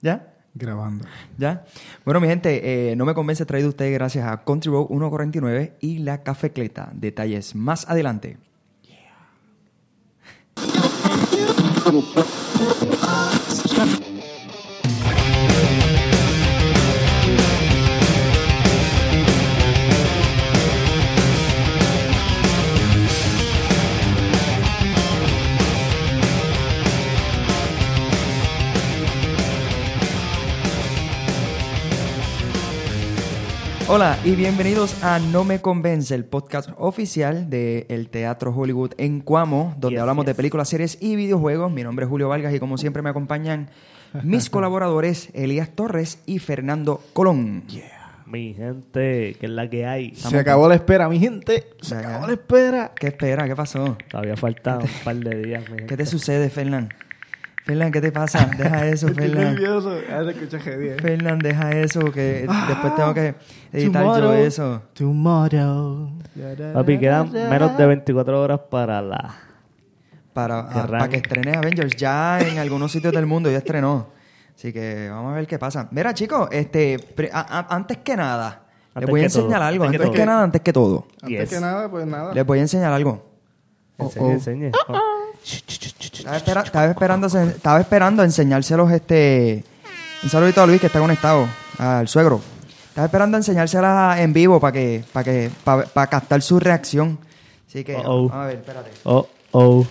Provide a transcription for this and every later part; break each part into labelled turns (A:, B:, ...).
A: ¿Ya?
B: Grabando.
A: ¿Ya? Bueno, mi gente, eh, No Me Convence traído a ustedes gracias a Country Road 149 y La Cafecleta. Detalles más adelante. Hola y bienvenidos a No Me Convence, el podcast oficial del Teatro Hollywood en Cuamo, donde
C: Yes,
A: hablamos de
C: yes.
A: películas, series y videojuegos. Mi nombre es Julio Vargas y como siempre me acompañan mis colaboradores Elías Torres y Fernando Colón.
C: Mi gente, que es la que hay.
B: Se acabó la espera, mi gente. Se
A: Ya, ya.
B: acabó la espera.
A: ¿Qué espera? ¿Qué pasó?
C: Todavía faltan un par de días, mi
A: ¿Qué
C: gente.
A: te sucede, Fernán? Fernán, ¿qué te pasa? Deja eso,
B: Estoy
A: Fernán.
B: nervioso. Ahora escucha eh. G10.
A: Fernán, deja eso, que después tengo que editar yo
B: Tomorrow.
A: eso.
B: Tomorrow.
C: Papi, quedan menos de 24 horas para la...
A: Para, a-
C: Qué
A: para
C: raro.
A: que estrene Avengers. Ya en algunos sitios del mundo ya estrenó. Así que vamos a ver qué pasa. Mira, chicos, este, pre- a- a- antes que nada, les
C: Antes
A: voy a
C: que todo.
A: enseñar algo.
C: Antes
A: Antes,
C: que
A: que,
C: todo.
A: nada, antes que todo.
B: Antes
C: Yes.
B: que nada, pues nada.
A: Les voy a enseñar algo.
B: Oh,
C: Enseñe,
B: oh.
C: enseñe.
A: Estaba, espera- estaba esperando, estaba esperando enseñárselos este. Un saludito a Luis que está conectado, al suegro. Estaba esperando enseñárselas en vivo para que, para que, para, captar su reacción. Así que,
C: Uh-oh.
A: a ver, espérate.
C: Oh, oh.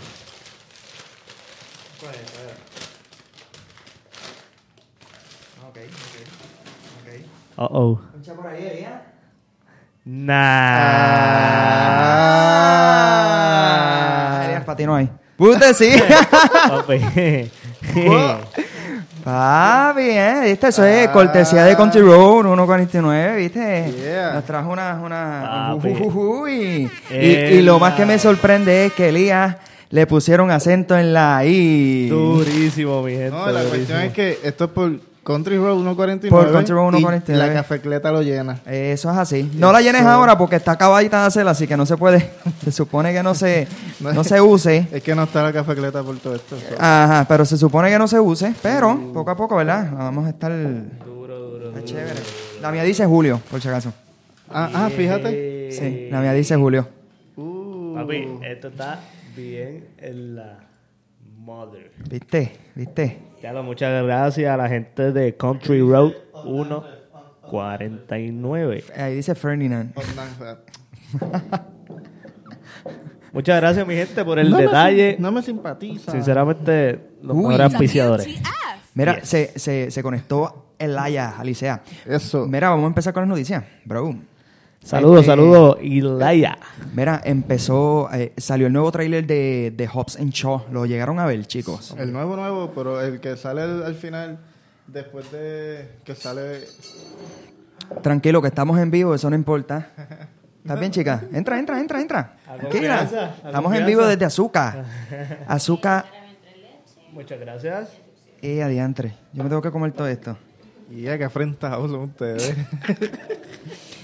A: Ok, ok, ok.
C: Oh, oh.
A: Escucha por ahí, Elías.
C: Nah.
A: Ah, Elías patinó ahí. ¡Puta, sí!
B: Ah.
C: Papi.
A: Papi, ¿eh? ¿Viste? Eso es cortesía de Country Road 149, ¿viste?
B: Yeah.
A: Nos trajo unas... Una...
C: Papi.
A: Ujujujuy. Y, y lo más que me sorprende es que Elías le pusieron acento en la I.
C: Durísimo, mi gente.
B: No, la cuestión es
C: durísimo.
B: que esto es por Country Road 149.
A: Por Country Road
B: y
A: 149.
B: La cafecleta lo llena.
A: Eh, Eso es así. No la llenes ahora porque está acabadita de hacerla, así que no se puede. Se supone que no se, no se use.
B: Es que no está la cafecleta por todo esto. so.
A: Ajá, pero se supone que no se use, pero poco a poco, ¿verdad? Vamos a estar. Duro, duro. Está chévere. La mía dice Julio, por si acaso.
B: Ah, ah, fíjate.
A: Sí, la mía dice Julio.
B: Uh,
C: Papi, esto está bien en la mother.
A: ¿Viste? ¿Viste?
C: Ya lo, muchas gracias a la gente de Country Road 149.
A: Ahí dice Ferdinand.
C: Muchas gracias, mi gente, por el detalle.
B: no me simpatiza.
C: Sinceramente, los
A: Uy.
C: mejores auspiciadores.
A: Mira,
C: Yes.
A: se, se, se conectó Elaya, Alicia.
B: Eso.
A: Mira, vamos a empezar con las noticias, bro.
C: Saludos,
A: Este,
C: saludos, Ilaya.
A: Mira, empezó, eh, salió el nuevo tráiler de, de Hobbs and Shaw. Lo llegaron a ver, chicos.
B: El nuevo, nuevo, pero el que sale al, al final, después de que sale.
A: Tranquilo, que estamos en vivo, eso no importa. ¿Estás bien, chica? Entra, entra, entra, entra.
C: A
A: Tranquila.
C: confianza, a
A: Estamos en
C: confianza.
A: vivo desde Azúcar. Azúcar
C: Muchas gracias.
A: y eh, adiantre. Yo me tengo que comer todo esto.
B: Y ya que afrentados son ustedes.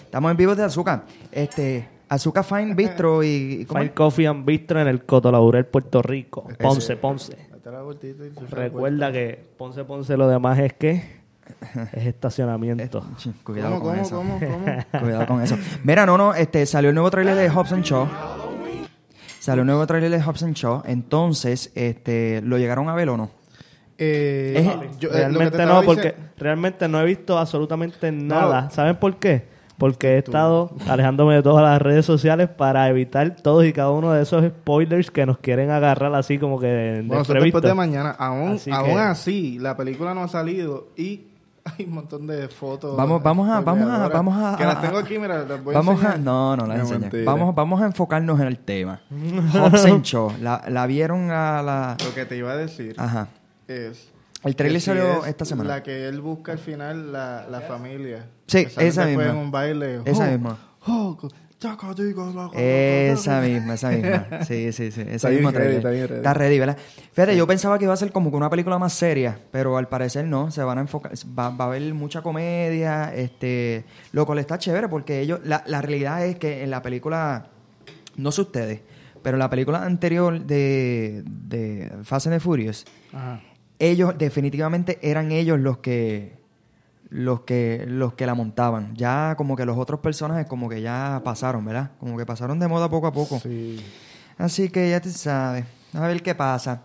A: Estamos en vivo desde Azúcar. Este, Azúcar Fine Bistro y... ¿cómo es?
C: Fine Coffee and Bistro en el Coto Laurel, Puerto Rico. Ponce, Ponce.
B: Date la vueltita y tú
C: Recuerda que Ponce, Ponce, lo demás es que es estacionamiento.
A: Ch, Cuidado
B: ¿Cómo,
A: con
B: cómo,
A: eso.
B: cómo, cómo?
A: Cuidado con eso. Mira, no, no, este, salió el nuevo tráiler de Hobson Shaw. Salió el nuevo tráiler de Hobson Shaw. Entonces, este, ¿lo llegaron a ver o no?
B: Eh,
A: Es-
B: yo, eh, lo que te
C: realmente
B: estaba
C: no,
B: dici-
C: porque realmente no he visto absolutamente nada. ¿Saben por qué? Porque he estado alejándome de todas las redes sociales para evitar todos y cada uno de esos spoilers que nos quieren agarrar así como que de
B: Bueno, eso es
C: imprevisto.
B: después de mañana. Aún
C: Así
B: así,
C: que-
B: aún así, la película no ha salido y hay un montón de fotos.
A: Vamos- vamos a- vamos a-
B: spoileadoras,
A: vamos a-
B: Que las tengo aquí, mira, las voy a
A: Vamos a,
B: enseñar.
A: no, no la enseñé.
B: mentira.
A: Vamos, vamos a enfocarnos en el tema. Hobson Shaw. La, la vieron a la.
B: Lo que te iba a decir
A: Ajá.
B: es...
A: El trailer
B: que si
A: salió
B: es
A: esta semana.
B: La que él busca al final, la, la familia.
A: Sí,
B: Que salen
A: esa
B: después
A: misma.
B: en un baile.
A: Esa
B: Oh,
A: misma.
B: oh, chaca, digo, loco,
A: Esa
B: loco, loco.
A: misma, esa misma. Sí, sí, sí. Esa
B: Está bien
A: misma
B: ready,
A: trailer.
B: está bien ready.
A: Está ready, ¿verdad? Fíjate, yo pensaba que iba a ser como que una película más seria, pero al parecer no. Se van a enfocar, va, va a haber mucha comedia, este, lo cual está chévere porque ellos, la, la realidad es que en la película, no sé ustedes, pero en la película anterior de, de Fast and the Furious,
B: Ajá.
A: ellos, definitivamente eran ellos los que los que los que la montaban. Ya como que los otros personajes como que ya pasaron, ¿verdad? Como que pasaron de moda poco a poco.
B: Sí.
A: Así que ya te sabes. A ver qué pasa.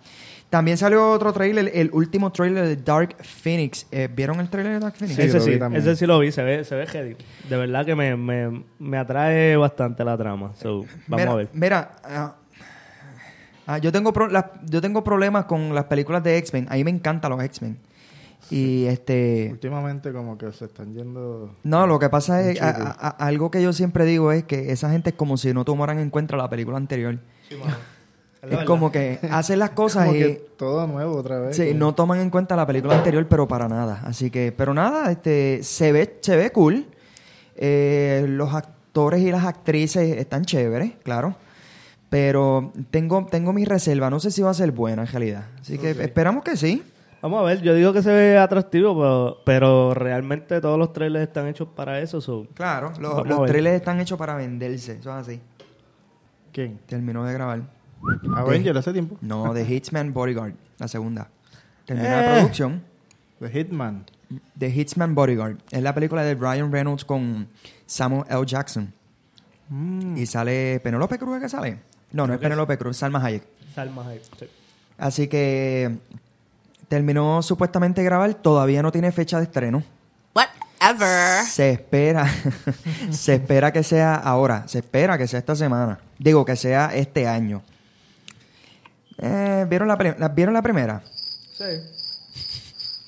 A: También salió otro trailer, el último trailer de Dark Phoenix. Eh, ¿Vieron el trailer de Dark Phoenix?
B: Sí,
C: ese
B: lo vi
C: sí,
B: también.
C: ese sí lo vi, se ve, se ve heavy. De verdad que me, me, me atrae bastante la trama. So, vamos
A: mira,
C: a ver.
A: Mira, ah, ah, yo, tengo pro- las- yo tengo problemas con las películas de X-Men. A mí me encantan los X-Men. Y este...
B: Últimamente como que se están yendo...
A: No, lo que pasa es,
B: Un
A: a-
B: chicle.
A: a- a- algo que yo siempre digo es que esa gente es como si no tomaran en cuenta la película anterior. es como que hacen las cosas
B: Como
A: y...
B: que todo nuevo otra vez.
A: eh, Sí,
B: como-
A: no toman en cuenta la película anterior, pero para nada. Así que, pero nada, este, se ve, se ve cool. Eh, los actores y las actrices están chéveres, claro. Pero tengo, tengo mi reserva. No sé si va a ser buena en realidad. Así que esperamos que sí.
C: Vamos a ver, yo digo que se ve atractivo, pero, pero realmente todos los trailers están hechos para eso. so,
A: Claro, los,
C: Vamos
A: los
C: a ver.
A: trailers están hechos para venderse. Eso es así.
B: ¿Quién?
A: Terminó de grabar. eh.
B: Avenger hace tiempo.
A: No, The Hitman Bodyguard, la segunda. Terminó la
C: Eh.
A: producción.
B: The Hitman.
A: The Hitman Bodyguard. Es la película de Brian Reynolds con Samuel L. Jackson. Y sale Penélope Cruz, ¿es Mm. que sale? No, no es Penélope Cruz, Salma Hayek.
C: Salma Hayek, sí.
A: Así que terminó supuestamente de grabar, todavía no tiene fecha de estreno.
D: Whatever.
A: Se espera, se espera que sea ahora, se espera que sea esta semana. Digo, que sea este año. Eh, ¿vieron, la pre- la- ¿Vieron la primera?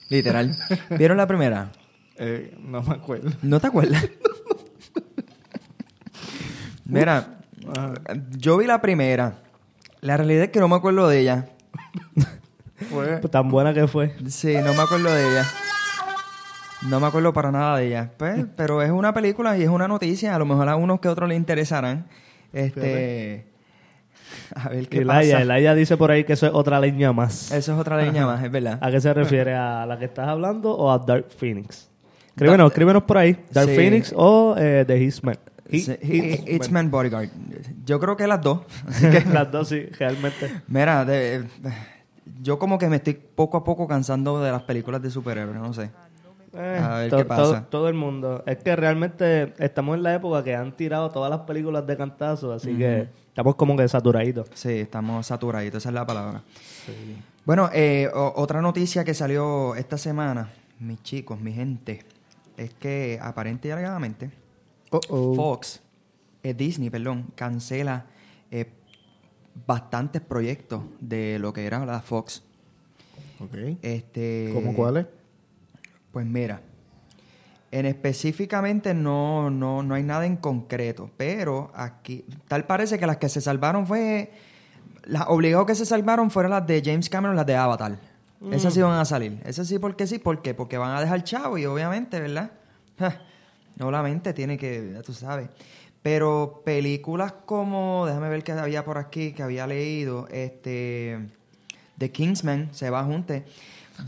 A: Literal. ¿Vieron la primera?
B: Eh, no me acuerdo.
A: ¿No te acuerdas? Mira, yo vi la primera. La realidad es que no me acuerdo de ella.
B: Fue-
C: Pues Tan buena que fue.
A: Sí, no me acuerdo de ella. No me acuerdo para nada de ella. Pues, pero es una película y es una noticia. A lo mejor a unos que otros le interesarán. Este. A ver qué
C: Elaya,
A: pasa.
C: Elaya dice por ahí que eso es otra leña más.
A: Eso es otra leña más, es verdad.
C: ¿A qué se refiere? ¿A la que estás hablando o a Dark Phoenix? Escríbenos, escríbenos por ahí. Dark
A: Sí.
C: Phoenix o eh, The Hitman.
A: Sí, It's, Man Bodyguard. Yo creo que las dos. Así que-
C: Las dos sí, realmente.
A: Mira, de- yo como que me estoy poco a poco cansando de las películas de superhéroes, no sé.
C: Eh,
A: A ver
C: to-
A: qué pasa.
C: to- todo el mundo. Es que realmente estamos en la época que han tirado todas las películas de cantazo, así que estamos como que saturaditos.
A: Sí, estamos saturaditos, esa es la palabra. Bueno, eh, o- otra noticia que salió esta semana, mis chicos, mi gente, es que aparente y alegadamente
B: Oh, oh.
A: Fox, eh, Disney, perdón, cancela eh, bastantes proyectos de lo que era la Fox.
B: Ok.
A: Este,
B: ¿Cómo cuáles?
A: Pues mira, en específicamente no, no, no hay nada en concreto, pero aquí, tal parece que las que se salvaron fue, las obligados que se salvaron fueron las de James Cameron, las de Avatar. Esas sí van a salir. Esas sí, porque sí? ¿Por qué? Porque van a dejar chavo y obviamente, ¿verdad? no la mente tiene que, ya tú sabes. Pero películas como, déjame ver qué había por aquí, que había leído, este, The Kingsman, se va junte.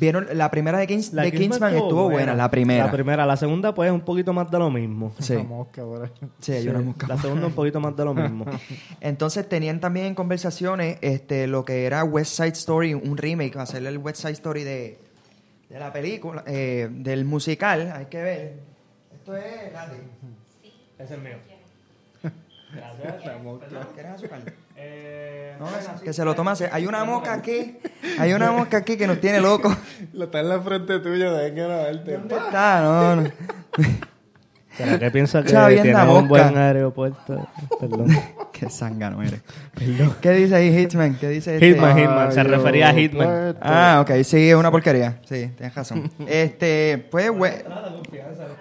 A: ¿Vieron? La primera de, Kings,
C: La
A: de Kingsman, estuvo buena, la primera.
C: La primera. La segunda, pues, es un poquito más de lo mismo.
A: Sí.
B: Una mosca ahora.
A: Sí, hay una mosca.
C: La segunda, un poquito más de lo mismo.
A: Entonces tenían también en conversaciones este, lo que era West Side Story, un remake, hacerle el West Side Story de, de la película, eh, del musical, hay que ver. Esto es, Nati.
C: Ese es mío.
A: ¿Quieres azúcar? Eh, No, es- que se lo toma. se- Hay una mosca aquí, hay una mosca aquí que nos tiene locos.
B: Lo está en la frente tuya, de que grabarte.
A: ¿Dónde está? Ah, No, no.
C: ¿Será que piensa que
A: Chavi, anda,
C: tiene un
A: mosca.
C: buen aeropuerto? Perdón.
A: Qué zángano eres. ¿Qué dice ahí Hitman? ¿Qué dice este?
C: Hitman, Hitman. Se refería a Hitman.
A: Ah, ok, sí, es una porquería. Sí, tienes razón. este, pues, we-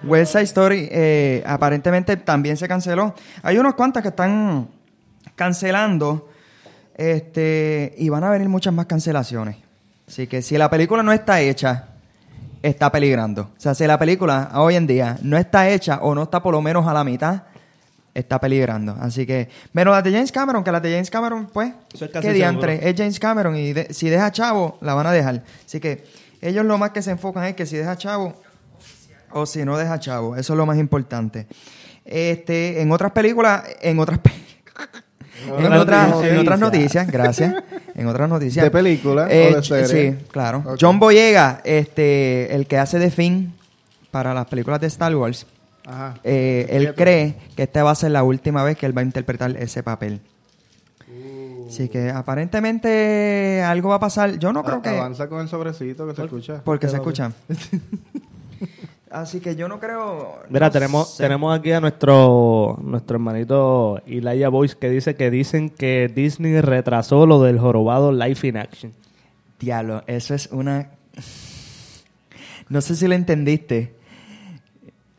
A: West Side Story eh, aparentemente también se canceló. Hay unos cuantas que están cancelando este, y van a venir muchas más cancelaciones. Así que si la película no está hecha, está peligrando. O sea, si la película hoy en día no está hecha o no está por lo menos a la mitad, está peligrando. Así que, menos las de James Cameron, que las de James Cameron, pues,
C: Eso es casi
A: qué diantre. Es James Cameron y de- si deja a Chavo, la van a dejar. Así que ellos lo más que se enfocan es que si deja a Chavo o si no deja a Chavo. Eso es lo más importante. Este, en otras películas, en otras pe- en, otras- en otras noticias, gracias. En otras noticias.
B: ¿De película o de serie?
A: Eh, Sí, claro.
B: Ok.
A: John Boyega, este, el que hace de Finn para las películas de Star Wars,
B: Ajá.
A: eh, él cree que esta va a ser la última vez que él va a interpretar ese papel.
B: Uh.
A: Así que aparentemente algo va a pasar. Yo no creo
B: A-
A: que...
B: Avanza con el sobrecito que se escucha.
A: Porque se escuchan. Así que yo no creo.
C: Mira,
A: no
C: tenemos,
A: sé.
C: tenemos aquí a nuestro, nuestro hermanito Elijah Boyce que dice que dicen que Disney retrasó lo del jorobado Life in Action.
A: Diablo, eso es una. No sé si lo entendiste.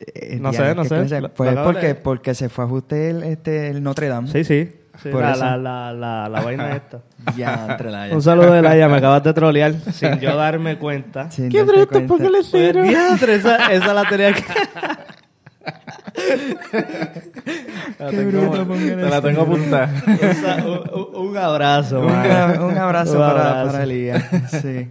A: Eh,
C: No sé,
A: diablo,
C: no
A: ¿qué
C: sé.
A: clase-
C: Lo-
A: Pues
C: lo acabo de
A: porque,
C: leer.
A: porque se fue a ajuste el, este, el Notre Dame.
C: Sí, sí. Sí,
A: Por
C: la,
A: eso.
C: la, la, la, la vaina esta.
A: Ya, entre la.
C: Un saludo de Laia, me acabas de trolear sin yo darme cuenta.
A: Sin ¿Qué darte bruto? ¿Por qué cuenta. le
C: Pues, diantre, esa, esa la tenía que...
A: Qué bruto, póngale
E: Te la tengo apuntada.
C: esa- un, un- un abrazo,
A: Un,
C: man.
A: abra- un abrazo
C: Un
A: para,
C: abrazo.
A: para Elías. Sí.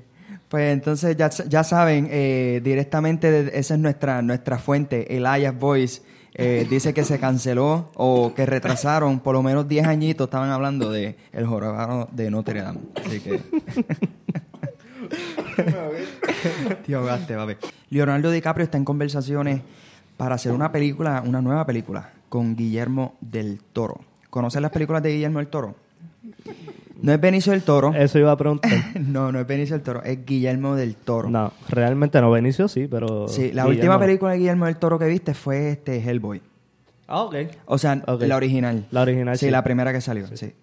A: Pues entonces ya, ya saben, eh, directamente de- esa es nuestra, nuestra fuente, Elias Voice. eh, dice que se canceló o que retrasaron por lo menos 10 añitos. Estaban hablando de el jorobado de Notre Dame. Así que. Tío, gaste, papi. Leonardo DiCaprio está en conversaciones para hacer una película, una nueva película, con Guillermo del Toro. ¿Conocen las películas de Guillermo del Toro? No es Benicio del Toro.
C: Eso iba a preguntar.
A: No, no es Benicio del Toro, es Guillermo del Toro.
C: No, realmente no. Benicio sí, pero...
A: Sí, la
C: Guillermo
A: última
C: no.
A: película de Guillermo del Toro que viste fue este Hellboy.
C: Ah, ok.
A: O sea,
C: Ok.
A: la original.
C: La original,
A: Sí,
C: sí.
A: la primera que salió. Sí.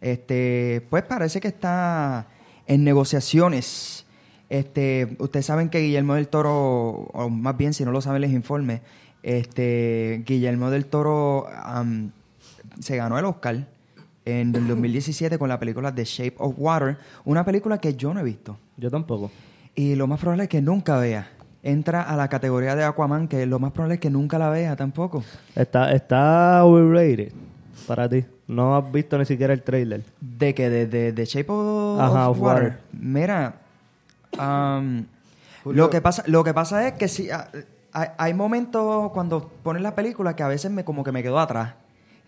A: Este, pues parece que está en negociaciones. Este, ustedes saben que Guillermo del Toro, o más bien si no lo saben les informe, este, Guillermo del Toro am, se ganó el Oscar en el 2017 con la película The Shape of Water, una película que yo no he visto.
C: Yo tampoco.
A: Y lo más probable es que nunca vea. Entra a la categoría de Aquaman, que lo más probable es que nunca la vea tampoco.
C: Está, está overrated para ti. No has visto ni siquiera el trailer.
A: De que de, de, de Shape of,
C: Ajá,
A: of
C: of
A: water.
C: Water.
A: Mira, um,
B: Julio.
A: lo, que pasa, lo que pasa es que sí, ah, hay, hay momentos cuando pones la película que a veces me, como que me quedo atrás.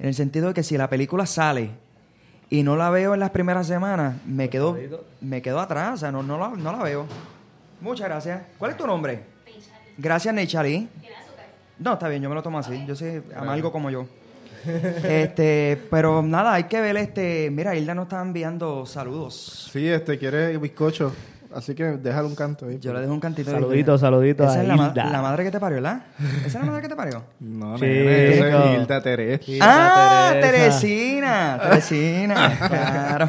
A: En el sentido de que si la película sale y no la veo en las primeras semanas, me quedo, me quedo atrás. O sea, no, no, la, no la veo. Muchas gracias. ¿Cuál es tu nombre? Gracias, Neychali. No, está bien, yo me lo tomo así. Yo soy amargo como yo. este, pero nada, hay que ver este. Mira, Hilda nos está enviando saludos.
B: Sí, este quiere bizcocho. Así que déjale un canto ahí.
A: Yo le dejo un cantito de
C: Saludito,
A: Hilda.
C: saludito
A: Esa
C: a
A: es la, ma-
C: Hilda.
A: la madre que te parió, ¿verdad? Esa es la madre que te parió.
E: No,
C: Chico.
E: nene, esa es Hilda Teresa.
A: ¡Ah!
C: Teresa.
A: Teresina. Teresina. claro.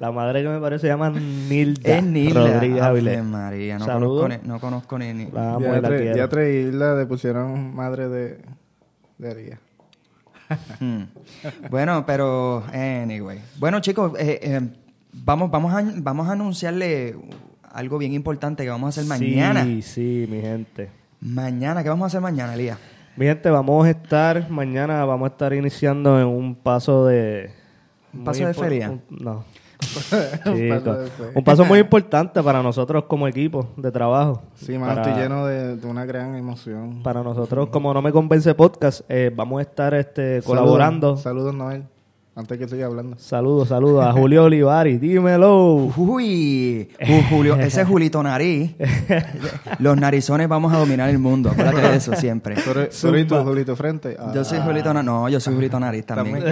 C: La madre que me parece se llama Nilda.
A: Es Nilda.
C: Rodríguez
A: Ave
C: Avilés.
A: María, no
C: Saludos.
A: conozco, ni, no conozco ni, ni-
C: La amo y
B: ya,
C: la
B: tres,
C: quiero.
B: ya tres islas le pusieron madre de, de Elías.
A: Mm. Bueno, pero anyway. Bueno, chicos, eh, eh, vamos, vamos, a, vamos a anunciarle algo bien importante que vamos a hacer mañana.
C: Sí, sí, mi gente.
A: Mañana, ¿qué vamos a hacer mañana, Elías?
C: Mi gente, vamos a estar, mañana vamos a estar iniciando en un paso de...
A: ¿Un paso de
C: muy impo-
A: feria?
C: un- no.
B: Un paso
C: Chico,
B: de feria.
C: un paso muy importante para nosotros como equipo de trabajo.
B: Sí, mano,
C: Para-
B: estoy lleno de, de una gran emoción.
C: Para nosotros, como No Me Convence Podcast, eh, vamos a estar este,
B: Saludos.
C: colaborando.
B: Saludos, Noel. Antes que siga hablando.
C: Saludos, saludos a Julio Olivari, dímelo.
A: Uy, Ju- Julio, ese es Julito Nariz. Los narizones vamos a dominar el mundo. Acuérdate de eso siempre.
B: Sobre, sobre tu Julito Frente. Ah,
A: Yo soy Julito Nariz. No, yo soy Julito Nariz también.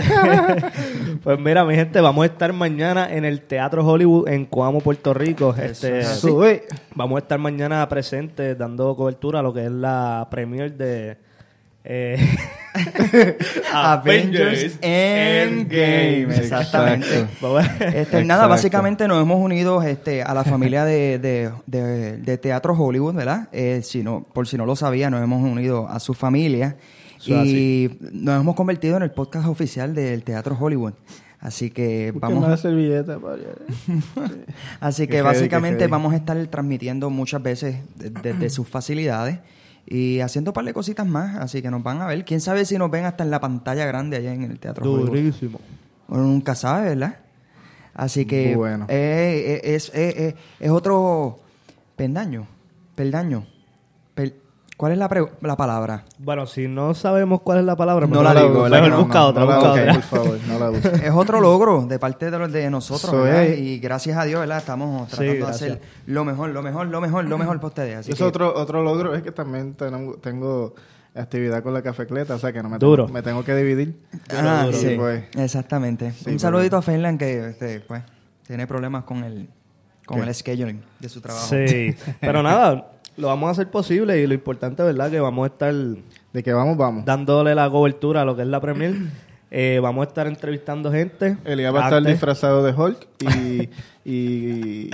C: Pues mira, mi gente, vamos a estar mañana en el Teatro Hollywood en Coamo, Puerto Rico. Este,
B: Sube.
C: Vamos a estar mañana presentes dando cobertura a lo que es la premiere de eh,
A: Avengers Endgame. Exactamente.
C: Vamos a-
A: Este, nada, básicamente nos hemos unido este, a la familia de, de- de- de Teatro Hollywood, ¿verdad? Eh, si no, por si no lo sabía, nos hemos unido a su familia
C: Eso es
A: y nos hemos convertido en el podcast oficial del Teatro Hollywood. Así que vamos,
B: Vamos a servilleta, padre.
A: así que
B: Qué heavy, qué
A: básicamente
B: heavy.
A: vamos a estar transmitiendo muchas veces de- desde sus facilidades y haciendo un par de cositas más. Así que nos van a ver. Quién sabe si nos ven hasta en la pantalla grande allá en el Teatro Hollywood.
C: Durísimo.
A: Uno nunca sabe, ¿verdad? Así que
B: Bueno.
A: eh, eh, es, eh, eh, es otro peldaño, peldaño, pel- ¿Cuál es la, pre- la palabra?
C: Bueno, si no sabemos cuál es la palabra,
A: No
C: mejor-
A: la digo,
C: mejor
A: la que no,
C: busca
A: no,
C: otra,
B: no la
C: busca
B: busques,
C: otra.
B: por favor, no la busques.
A: Es otro logro de parte de, los- de nosotros,
B: Eso
A: ¿verdad?
B: es.
A: Y gracias a Dios, ¿verdad? Estamos
C: Sí,
A: tratando de
C: gracias.
A: hacer lo mejor, lo mejor, lo mejor, lo mejor para ustedes. Así
B: Es
A: que-
B: otro, otro logro es que también tenemos- tengo actividad con la cafecleta, o sea que no me,
C: Duro.
B: Tengo, me tengo que dividir.
A: Ah,
B: Duro,
A: sí,
B: pues.
A: exactamente. Un saludito a Finland que este, pues, tiene problemas con el con el scheduling de su trabajo.
C: Sí, pero nada, lo vamos a hacer posible y lo importante, ¿verdad? Que vamos a estar
B: De que vamos, vamos.
C: dándole la cobertura a lo que es la Premier. Eh, vamos a estar entrevistando gente.
B: Elías va a estar
C: Antes-
B: disfrazado de Hulk y, y,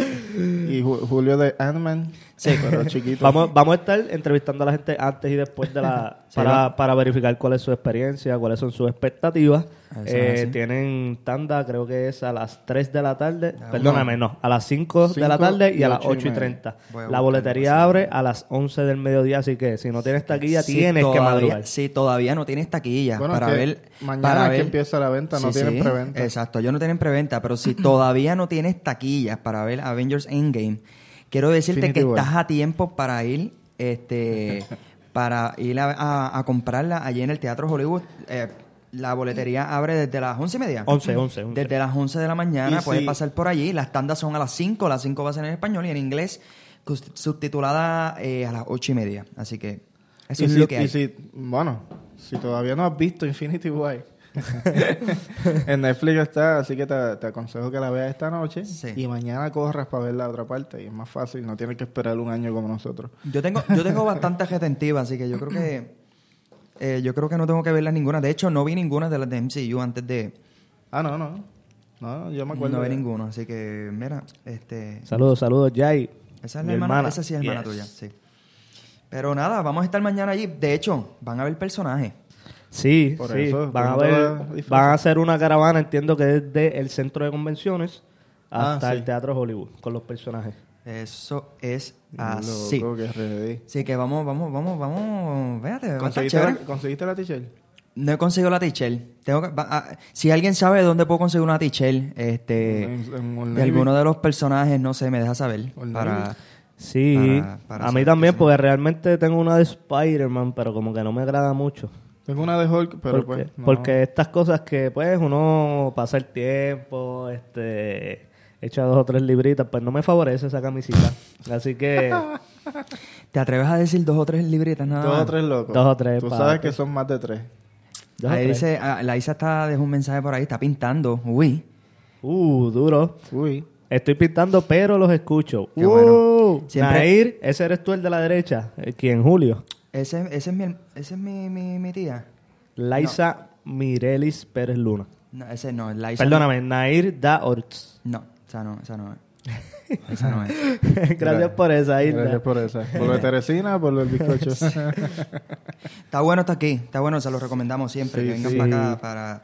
B: y Ju- Julio de Ant-Man.
A: Sí.
B: pero chiquito.
C: Vamos, vamos a estar entrevistando a la gente antes y después de la
A: Sí,
C: para, para verificar cuál es su experiencia, cuáles son sus expectativas.
A: Ah, Eso es
C: Eh,
A: así.
C: tienen tanda, creo que es a las 3 de la tarde,
A: Ah,
C: perdóname, no, a las 5, de la
B: Cinco
C: tarde y
B: y
C: a las
B: ocho y
C: 8 y
B: media.
C: 30.
A: Voy a
C: La
A: buscar
C: boletería abre a las 11 del mediodía, así que si no tienes taquilla,
A: Si
C: tienes que
A: todavía-
C: madrugar.
A: Si todavía no tienes taquilla
B: Bueno,
A: para
B: es que
A: ver.
B: mañana
A: para
B: es que
A: ver-
B: empieza la venta, no tienen preventa.
A: Exacto, yo no tienen preventa, pero si todavía no tienes taquillas para ver Avengers Endgame, quiero decirte
B: Infinity
A: que
B: War.
A: estás a tiempo para ir, este, para ir a, a- a comprarla allí en el Teatro Hollywood. Eh, la boletería abre desde las once y media.
C: 11, 11, 11.
A: Desde las 11 de la mañana
B: Y
A: puedes
B: si-
A: pasar por allí. Las tandas son a las 5. Las 5 va a ser en español y en inglés cus- subtitulada eh, a las 8 y media. Así que eso
B: y
A: es
B: si,
A: lo que
B: y
A: hay.
B: si- bueno, si todavía no has visto Infinity War, en Netflix está, así que te, te aconsejo que la veas esta noche
A: Sí.
B: y mañana corras para ver la otra parte y es más fácil, no tienes que esperar un año como nosotros.
A: Yo tengo, yo tengo bastante retentiva, así que yo creo que eh, yo creo que no tengo que verlas ninguna. De hecho, no vi ninguna de las de MCU antes de
B: Ah, no, no. No, yo me acuerdo.
A: no vi
B: de-
A: ninguna. Así que, mira, este,
C: Saludos, saludos, Jay.
A: Esa es
C: mi
A: la hermana, esa sí es hermana
C: Yes.
A: tuya, sí. Pero nada, vamos a estar mañana allí. De hecho, van a ver personajes.
C: Sí,
B: Por
C: sí.
B: eso,
C: van, a
B: todo
C: ver,
B: va disfrazado.
C: van a hacer una caravana, entiendo que desde el centro de convenciones
B: Ah,
C: hasta
B: sí.
C: el Teatro Hollywood, con los personajes.
A: Eso es
B: Loco,
A: así.
B: que ready.
A: Así que vamos, vamos, vamos, vamos. Véate, va a estar
B: ¿Conseguiste la,
A: chévere.
B: ¿Conseguiste la t-shirt?
A: No he conseguido la tichel. Tengo que- va- ah, si alguien sabe dónde puedo conseguir una tichel, este,
B: En- en Old
A: de
B: Navy.
A: alguno de los personajes, no sé, me deja saber.
B: Old
A: Para,
B: Navy.
C: Sí,
A: Para- para
C: a mí
A: saber
C: también,
A: que sí.
C: porque realmente tengo una de Spider-Man, pero como que no me agrada mucho.
B: Tengo una de Hulk, pero
C: porque,
B: pues. no.
C: porque estas cosas que pues uno pasa el tiempo, este, echa dos o tres libritas, pues no me favorece esa camisita. Así que
A: ¿Te atreves a decir dos o tres libretas nada
B: Dos
A: más?
B: o tres locos.
C: Dos o tres,
B: Tú
C: pa-
B: sabes que son más de tres.
C: dos o
A: Ahí
C: tres.
A: dice, ah, la Isa está, dejó un mensaje por ahí, está pintando. Uy.
C: Uh, duro.
B: Uy.
C: Estoy pintando, pero los escucho.
A: Qué bueno.
C: ¡Wow!
A: Siempre-
C: Nair, ese eres tú el de la derecha, el quien Julio.
A: Ese, ese es mi, ese es mi, mi, mi tía.
C: Laisa Mirelis Pérez Luna.
A: No, ese no, es la Isa.
C: Perdóname, Nair Da Orts.
A: No, esa no, esa no es. Esa no es.
C: Gracias por esa,
B: Gracias
C: Hilda.
B: por esa. Por lo de Teresina, por lo del bizcocho.
A: Está bueno está aquí, está bueno, se lo recomendamos siempre,
B: Sí,
A: que vengan
B: sí. Mm.
A: para acá para...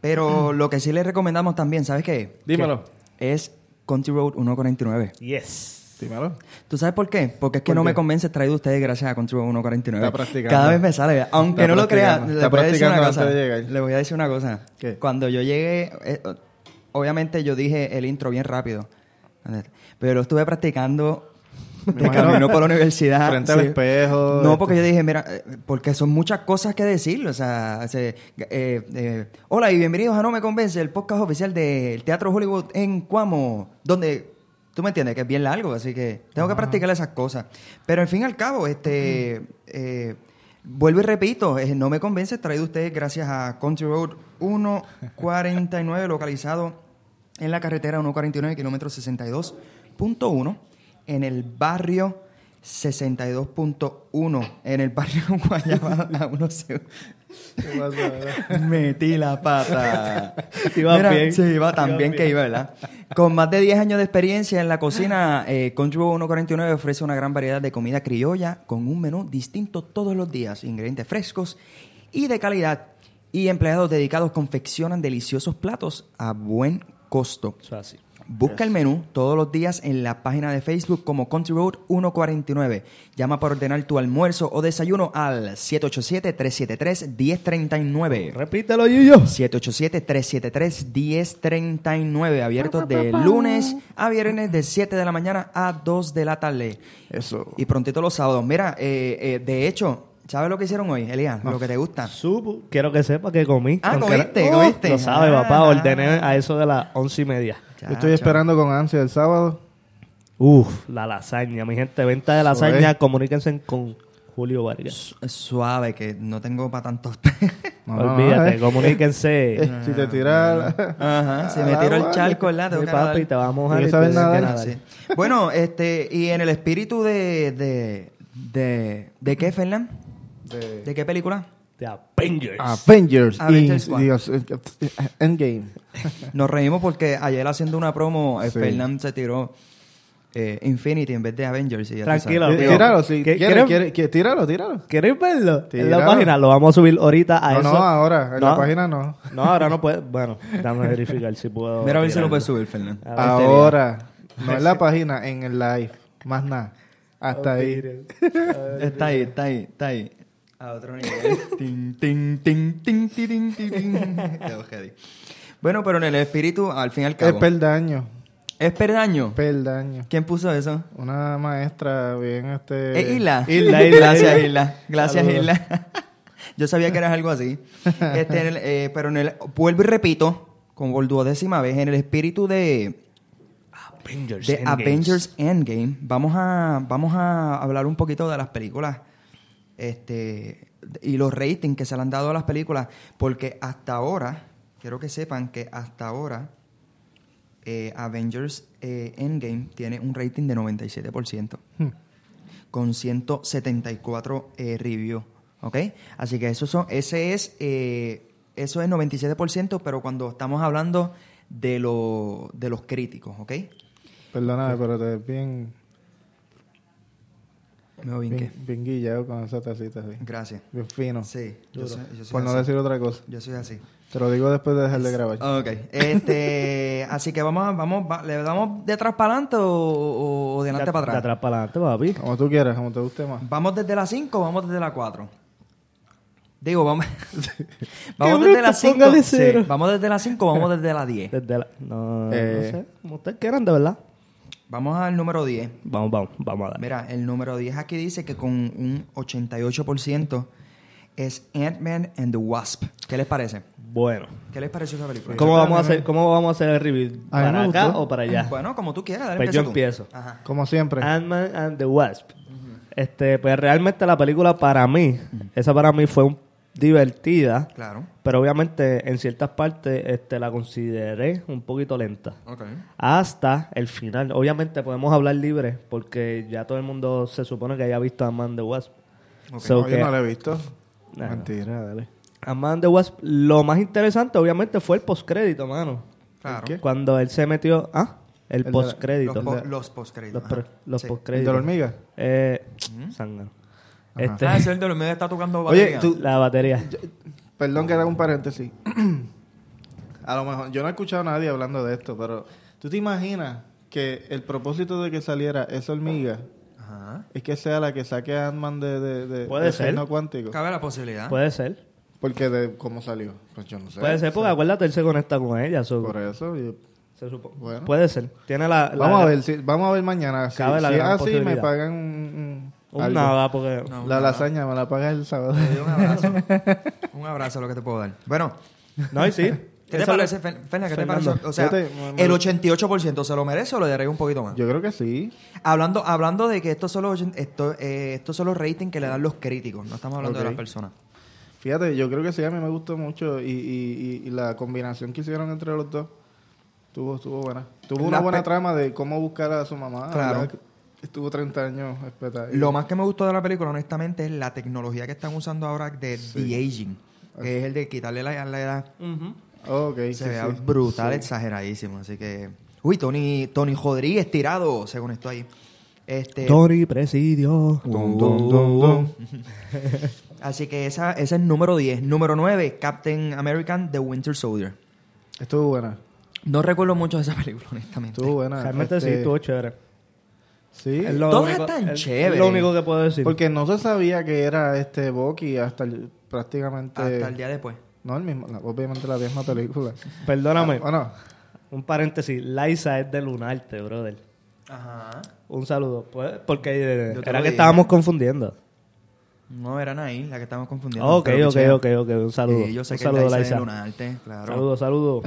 A: Pero lo que sí les recomendamos también, ¿sabes qué?
B: Dímelo.
A: Es Country Road 149.
C: Yes.
B: Dímelo.
A: ¿Tú sabes por qué? Porque es que no me convence el traído de ustedes gracias a Country Road 149.
B: Está practicando.
A: Cada vez me sale, aunque
B: Está
A: no lo crean,
B: practicando.
A: le
B: Está
A: voy a decir una
B: practicando
A: cosa.
B: antes de llegar.
A: Le voy a decir una cosa.
B: ¿Qué?
A: Cuando yo llegué, eh, obviamente yo dije el intro bien rápido, pero lo estuve practicando de
B: imagino.
A: camino por la universidad.
B: Frente al espejo,
A: No,
B: este.
A: porque yo dije, mira, eh, porque son muchas cosas que decir. O sea, se- eh, eh, hola y bienvenidos a No Me Convence, el podcast oficial del Teatro Hollywood en Cuamo, donde tú me entiendes que es bien largo, así que tengo que practicar esas cosas. Pero al fin y al cabo, este. eh, Vuelvo y repito, eh, no me convence, traído ustedes gracias a Country Road 149, localizado en la carretera 149, kilómetro 62.1, en el barrio 62.1, en el barrio Guayabada 1
B: ¿Qué pasa?
A: Metí la pata.
C: Iba
A: Mira,
C: bien.
A: Sí, iba
C: Iba
A: tan bien que
C: bien.
A: iba, ¿verdad? Con más de 10 años de experiencia en la cocina, eh, Country Road 149 ofrece una gran variedad de comida criolla con un menú distinto todos los días, ingredientes frescos y de calidad. Y empleados dedicados confeccionan deliciosos platos a buen costo.
C: Eso así.
A: Busca el menú todos los días en la página de Facebook como Country Road 149. Llama para ordenar tu almuerzo o desayuno al 787-373-1039.
C: Repítelo, Yuyo.
A: 787-373-1039. Abiertos de lunes a viernes de 7 de la mañana a 2 de la tarde.
B: Eso.
A: Y prontito los sábados. Mira, eh, eh, de hecho, ¿sabes lo que hicieron hoy, Elías? Lo que te gusta.
C: Supo. Quiero que sepa que comí.
A: Ah,
C: aunque era-
A: comiste, comiste.
C: Lo sabe,
A: Ah.
C: papá. Ordené a eso de las once y media.
B: Yo estoy
A: Chacho.
B: esperando con ansia el sábado.
C: Uf, la lasaña. Mi gente, venta de lasaña.
B: es.
C: Comuníquense con Julio Vargas.
A: Su- Suave, que no tengo para tantos.
B: No, no, no,
C: Olvídate,
B: eh.
C: comuníquense.
B: Eh, si te tiras.
A: Ajá, Ah, si me tiro el charco, ¿verdad? Tengo
C: Mi
A: que
C: papi,
A: nadar.
C: te vamos a
B: Tienes que saber
C: mojar. y te-
B: nadar.
C: que
A: Ah, sí. Bueno, este, y en el espíritu de. ¿De, de, de qué, Fernán?
B: De-
A: ¿De qué película?
C: De Avengers.
B: Avengers.
A: Avengers
B: Avengers.
A: Squad.
B: Endgame.
A: Nos reímos porque ayer haciendo una promo, eh,
B: Sí.
A: Fernán se tiró eh, Infinity en vez de Avengers. y ya tú
C: Tranquilo.
A: sabes.
B: Eh,
C: tío.
B: Tíralo, si
C: ¿Qué-
B: quieres,
C: quieren?
B: quieres- que- Tíralo, tíralo.
C: ¿Quieres verlo? En la
B: Tíralo.
C: página lo vamos a subir ahorita a
B: No,
C: eso.
B: no, ahora. En
C: No.
B: la página no.
C: No, ahora no puede. Bueno, dame verificar si puedo.
A: Mira a ver si lo
C: tirarlo.
A: puedes subir, Fernán.
C: este
B: Ahora. No en la página, en el live. Más nada. Hasta ahí.
A: Está ahí, está ahí, está ahí. A otro nivel. Tin, tin, tin, tin, tirin, tirin. Qué ojedi. bueno, pero en el espíritu, al fin y al
B: Es
A: cabo.
B: peldaño.
A: ¿Es perdaño?
B: Peldaño.
A: ¿Quién puso eso?
B: Una maestra bien este...
A: ¿Es Isla?
C: Isla, Isla,
A: Gracias,
C: Isla.
A: Isla. Gracias,
C: Saludos.
A: Isla. Yo sabía que eras algo así. Este, en el, eh, pero en el, vuelvo y repito, como por duodécima vez, en el espíritu de,
C: Avengers.
A: de
C: Endgames.
A: Avengers Endgame, vamos a, vamos a hablar un poquito de las películas este, y los ratings que se le han dado a las películas, porque hasta ahora, quiero que sepan que hasta ahora eh, Avengers eh, Endgame tiene un rating de 97%, con 174 eh, reviews, ¿ok? Así que eso son, ese es, eh, eso es 97%, pero cuando estamos hablando de, lo- de los críticos, ¿ok?
B: Perdóname, pero te ves bien,
A: Me voy
B: bien, bien guillado con esa tacita así.
A: Gracias.
B: Bien fino.
A: Sí, yo soy, yo soy
B: Por no
A: así.
B: decir otra cosa.
A: Yo soy así.
B: Te lo digo después de dejar de grabar.
A: Ok. Este, así que vamos, a- vamos, va- ¿le damos de atrás para adelante o, o- o de adelante
C: De-
A: para
C: De
A: atrás?
C: atrás para adelante, papi.
B: Como tú quieras, como te guste más.
A: ¿Vamos desde la 5 o vamos desde la 4? Digo, vamos, vamos desde la 5.
C: póngale cero.
A: vamos desde la 5 o vamos desde la 10.
C: Desde la- no,
B: Eh.
C: no sé. Como ustedes quieran, de verdad.
A: Vamos al número 10.
C: Vamos, vamos, vamos a dar.
A: Mira, el número 10 aquí dice que con un 88% es Ant-Man and the Wasp. ¿Qué les parece?
C: Bueno.
A: ¿Qué les pareció esa película?
C: ¿Cómo vamos, a hacer, ¿Cómo vamos a hacer el review?
B: A mí
C: ¿Para
B: me
C: acá
B: gustó.
C: o para allá?
A: Bueno, como tú quieras, dale,
C: Pues yo
A: empieza tú.
C: empiezo.
A: Ajá.
B: Como siempre.
C: Ant-Man and the Wasp. Este, pues realmente la película para mí, esa para mí fue un- divertida,
A: Claro.
C: pero obviamente en ciertas partes este, la consideré un poquito lenta.
A: Ok.
C: Hasta el final. Obviamente podemos hablar libre porque ya todo el mundo se supone que haya visto Ant-Man and the Wasp. So
B: No, yo
C: que- Ah,
B: no la he visto.
C: No, no.
B: Mentira, dale.
C: Ant-Man and the Wasp, lo más interesante obviamente fue el postcrédito, mano.
A: Claro.
B: ¿Qué?
C: Cuando él se metió... Ah, el,
B: de la-
C: postcrédito.
A: Los, po- los postcréditos.
C: Los, pre-
A: ajá.
C: los
A: Sí.
B: ¿El
C: postcréditos.
B: de la hormiga?
C: Eh, zángano.
B: Ajá.
C: Este,
A: Ah, ese es el de los medios está tocando
B: Oye,
A: batería.
B: tú-
C: la batería.
B: Perdón que haga un paréntesis. a lo mejor, yo no he escuchado a nadie hablando de esto, pero ¿tú te imaginas que el propósito de que saliera esa hormiga
A: Ajá.
B: es que sea la que saque a Ant-Man de, de, de-
C: Puede
B: del
C: ser.
B: reino cuántico?
A: Cabe la posibilidad.
C: Puede ser.
B: Porque de cómo salió. Pues yo no sé.
C: Puede ser, porque acuérdate, él se conecta con ella. so-
B: Por eso. yo-
C: se supo-
B: Bueno.
C: Puede ser. Tiene la. la-
B: Vamos a ver, si, vamos a ver mañana. Si,
C: Cabe la
B: si es
C: gran
B: así, me
C: posibilidad.
B: pagan un, un-
C: Un
B: algo.
C: nada, porque.
A: No,
B: La
A: un
B: lasaña me la paga el sábado.
A: abrazo. Te doy un abrazo. un abrazo lo que te puedo dar. Bueno,
C: No, y sí.
A: ¿qué te
C: Eso
A: parece,
C: lo-
A: Fer- Fernan? ¿Qué te
C: Fernando.
A: parece? O sea,
B: Yo te-
A: el 88% se lo merece o lo daría un poquito más.
B: Yo creo que sí.
A: Hablando, hablando de que estos son los ochen- esto, eh, estos son los ratings que le dan los críticos. No estamos hablando
B: Ok.
A: de las personas.
B: Fíjate, yo creo que sí, a mí me gustó mucho y, y- y- y la combinación que hicieron entre los dos estuvo, estuvo buena. Tuvo una
A: La
B: buena
A: pe-
B: trama de cómo buscar a su mamá.
A: Claro.
B: ¿verdad? Estuvo 30 años espeta- y-
A: Lo más que me gustó de la película, honestamente, es la tecnología que están usando ahora de de aging, que es el de quitarle la, la edad
C: Ujú.
B: Ok, sí,
A: Se vea
B: sí.
A: brutal, exageradísimo. Así que. Uy, Tony, Tony Rodríguez tirado, según esto ahí. Este.
C: Tony Presidio.
B: Dun, dun, dun, dun.
A: Así que esa, ese es número 10. Número 9, Captain American The Winter Soldier.
B: Estuvo buena.
A: No recuerdo mucho de esa película, honestamente.
B: Estuvo buena.
C: Realmente sí,
B: este,
C: estuvo chévere.
B: Sí.
C: Es lo
A: Todas
C: único-
A: están
C: es
A: chéveres.
C: Lo único que puedo decir.
B: Porque no se sabía que era este Bucky hasta el-
C: este-
B: prácticamente...
A: Hasta el día después.
B: No, el mismo, la- obviamente la misma película.
C: Perdóname,
B: Bueno,
C: un paréntesis. Liza es de Lunarte, brother.
A: Ajá.
C: Un saludo. Pues, porque eh,
A: Yo te
C: era
A: lo
C: que
A: dije.
C: estábamos confundiendo.
A: No, eran ahí, la que estamos confundiendo.
C: Ok,
A: pero
C: ok,
A: pichea.
C: ok, ok. Un saludo.
A: Sí, yo sé
C: un
A: que
C: saludo,
A: Liza es
C: Liza.
A: Lunarte, claro.
C: Saludo, saludo.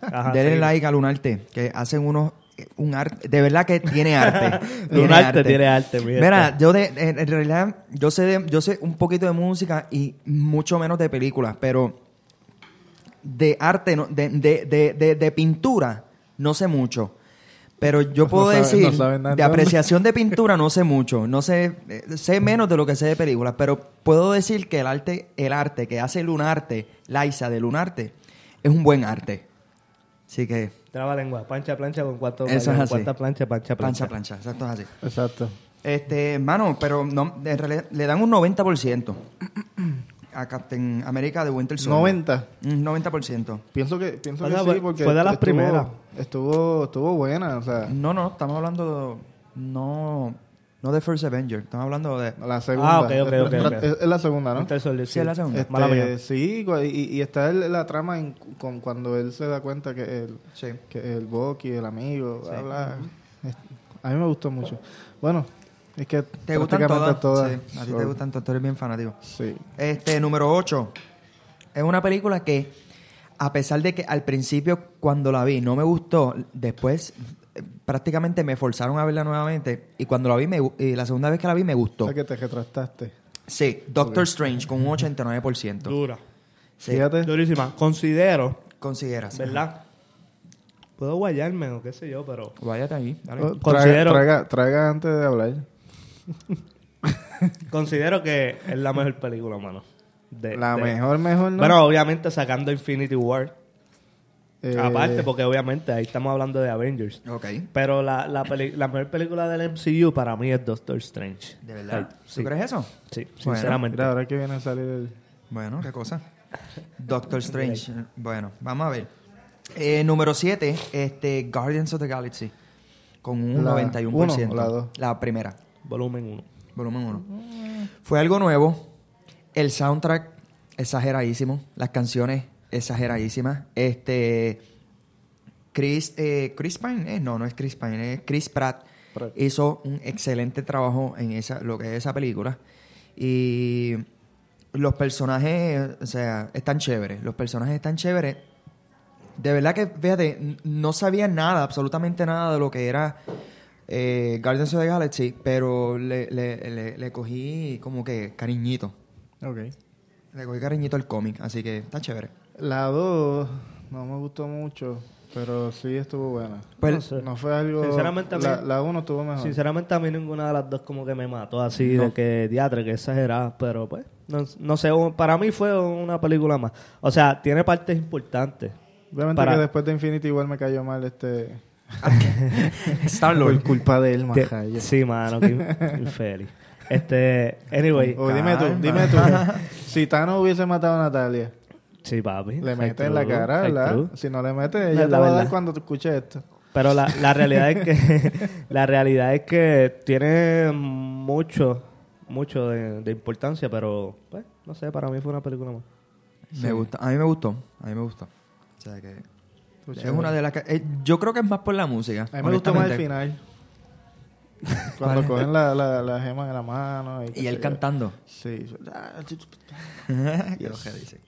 C: Ajá,
A: Denle
C: sí.
A: like a Lunarte, que hacen unos eh, un arte, de verdad que tiene arte. Tiene
C: Lunarte tiene arte, mi gente.
A: Mira, yo de, en, en realidad yo sé de- yo sé un poquito de música y mucho menos de películas, pero de arte, no- de, de, de, de- de pintura, no sé mucho. Pero yo
B: No
A: puedo
B: sabe- no
A: decir,
B: sabe nada.
A: de apreciación de pintura no sé mucho, no sé, eh, sé menos de lo que sé de películas, pero puedo decir que el arte, el arte que hace Lunarte, Laisa de Lunarte, es un buen arte. Así que,
C: Traba lengua. Pancha, plancha con cuatro.
A: Eso es
C: con
A: así.
C: cuarta plancha, pancha, plancha.
A: plancha, plancha, exacto, es así.
B: exacto.
A: Este, hermano, pero no, en realidad le dan un 90% a Captain America de Winter Soldier.
B: 90.
A: Un 90%.
B: Pienso que, pienso
C: O
B: que
C: sea, fue-
B: sí, porque
C: fue de las
B: estuvo-
C: primeras.
B: Estuvo, estuvo buena, o sea,
A: No, no, estamos hablando no no de First Avenger, estamos hablando de
B: la segunda.
C: ok, ok, ok,
B: Es-
C: ok.
B: Es, es la segunda, ¿no?
C: Este es el-
A: Sí, es la segunda.
B: Este,
C: Mala mía.
B: sí, cu- y, y está el- la trama en- con, cuando él se da cuenta que el,
A: Sí.
B: que el Bucky, el amigo, bla, bla. Es- A mí me gustó mucho. Bueno, es que
A: ¿Te gustan todas?
B: prácticamente todas.
A: Sí, a ti te gustan todas, tú eres bien fanático.
B: Sí.
A: Este, número 8. Es una película que, a pesar de que al principio cuando la vi no me gustó, después eh, prácticamente me forzaron a verla nuevamente y cuando la vi, me, gu- y la segunda vez que la vi me
B: O
A: gustó.
B: sea, que te retractaste.
A: Sí, Doctor Strange con un
B: Mm.
A: 89%.
C: Dura.
A: Sí,
B: Fíjate.
C: Durísima. Considero,
A: consideras.
C: ¿verdad? Puedo guayarme o qué sé yo, pero...
A: Váyate ahí, dale.
B: Oh,
C: Considero-
B: Traiga, traiga, traiga antes de hablar.
C: Considero que es la mejor película, mano. De-
B: La
C: de-
B: mejor, mejor no.
C: Bueno, obviamente sacando Infinity War.
B: Eh,
C: Aparte, porque obviamente ahí estamos hablando de Avengers.
A: Ok.
C: Pero la, la, peli- la mejor película del MCU para mí es Doctor Strange.
A: ¿De verdad?
C: Ay,
A: ¿Tú
C: Sí,
A: crees eso?
C: sí,
A: Bueno,
C: sinceramente.
B: Mira, ahora que viene a salir el...
A: Bueno, qué cosa. Doctor Strange. Bueno, vamos a ver. Eh, número 7, este, Guardians of the Galaxy. Con un
B: La
A: 91%.
B: uno o la dos?
A: La primera,
C: Volumen 1.
A: volumen 1. Fue algo nuevo. El soundtrack, exageradísimo. Las canciones, exageradísimas. Este. Chris, eh, Chris Pine, eh, no, no es Chris Pine, es Chris Pratt,
B: Pratt.
A: hizo un excelente trabajo en esa, lo que es esa película. Y los personajes, o sea, están chéveres. Los personajes están chéveres. De verdad que, fíjate, n- no sabía nada, absolutamente nada de lo que era eh, Guardians of the Galaxy, pero le, le- le- le cogí como que cariñito.
B: Ok.
A: Le cogí cariñito al cómic, así que está chévere.
B: La 2 no me gustó mucho, pero sí estuvo buena.
A: Pues-
B: no, sé, no fue algo...
C: Sinceramente, a mí-
B: la, la 1 estuvo mejor.
C: Sinceramente, a mí ninguna de las dos como que me mató así de que diatre, que exagerada. Pero pues, no, no sé, un- para mí fue una película más. O sea, tiene partes importantes.
B: Obviamente
C: Para-
B: que después de Infinity igual me cayó mal este...
A: Star-Lord.
B: Por culpa de él,
C: Tie-
B: majayo.
C: Sí, mano, qué in- infeliz. Este, anyway.
B: O dime tú,
A: Calma.
B: dime tú. si Thanos hubiese matado a Natalia,
C: Sí, papi.
B: le
C: Ay,
B: mete en
C: true,
B: la cara,
C: ay,
B: ¿verdad?
C: true.
B: Si no le mete,
C: No,
B: ella
C: la
B: te va a
C: verdad.
B: dar cuando te escuche esto.
C: Pero la, la realidad es que la realidad es que tiene mucho, mucho de, de importancia, pero pues, no sé, para mí fue una película más.
A: Me gusta, a mí me gustó, a mí me gustó. O sea que es una de las que- eh, yo creo que es más por la música.
B: Pues A mí me gustó más el
A: honestamente.
B: final. Cuando cogen la, la, la gema de la mano. qué
A: Y él
B: sé yo.
A: cantando.
B: Sí. Ah,
A: Qué ojera dice.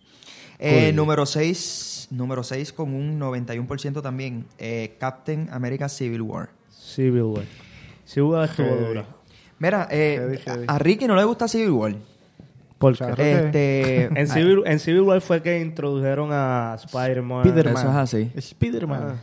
A: Eh, número 6, número 6 con un 91% también, eh, Captain America Civil War.
C: Civil War. Civil War estuvo
B: Heavy.
C: dura.
A: Mira, eh,
B: Heavy, heavy.
A: a a Ricky no le gusta Civil War.
C: ¿Por
B: Claro.
C: qué?
A: Este,
C: En Civil, en Civil War fue que introdujeron a
B: Ah,
C: Spider-Man.
A: Spider-Man. Eso es así. Ah,
B: Spiderman.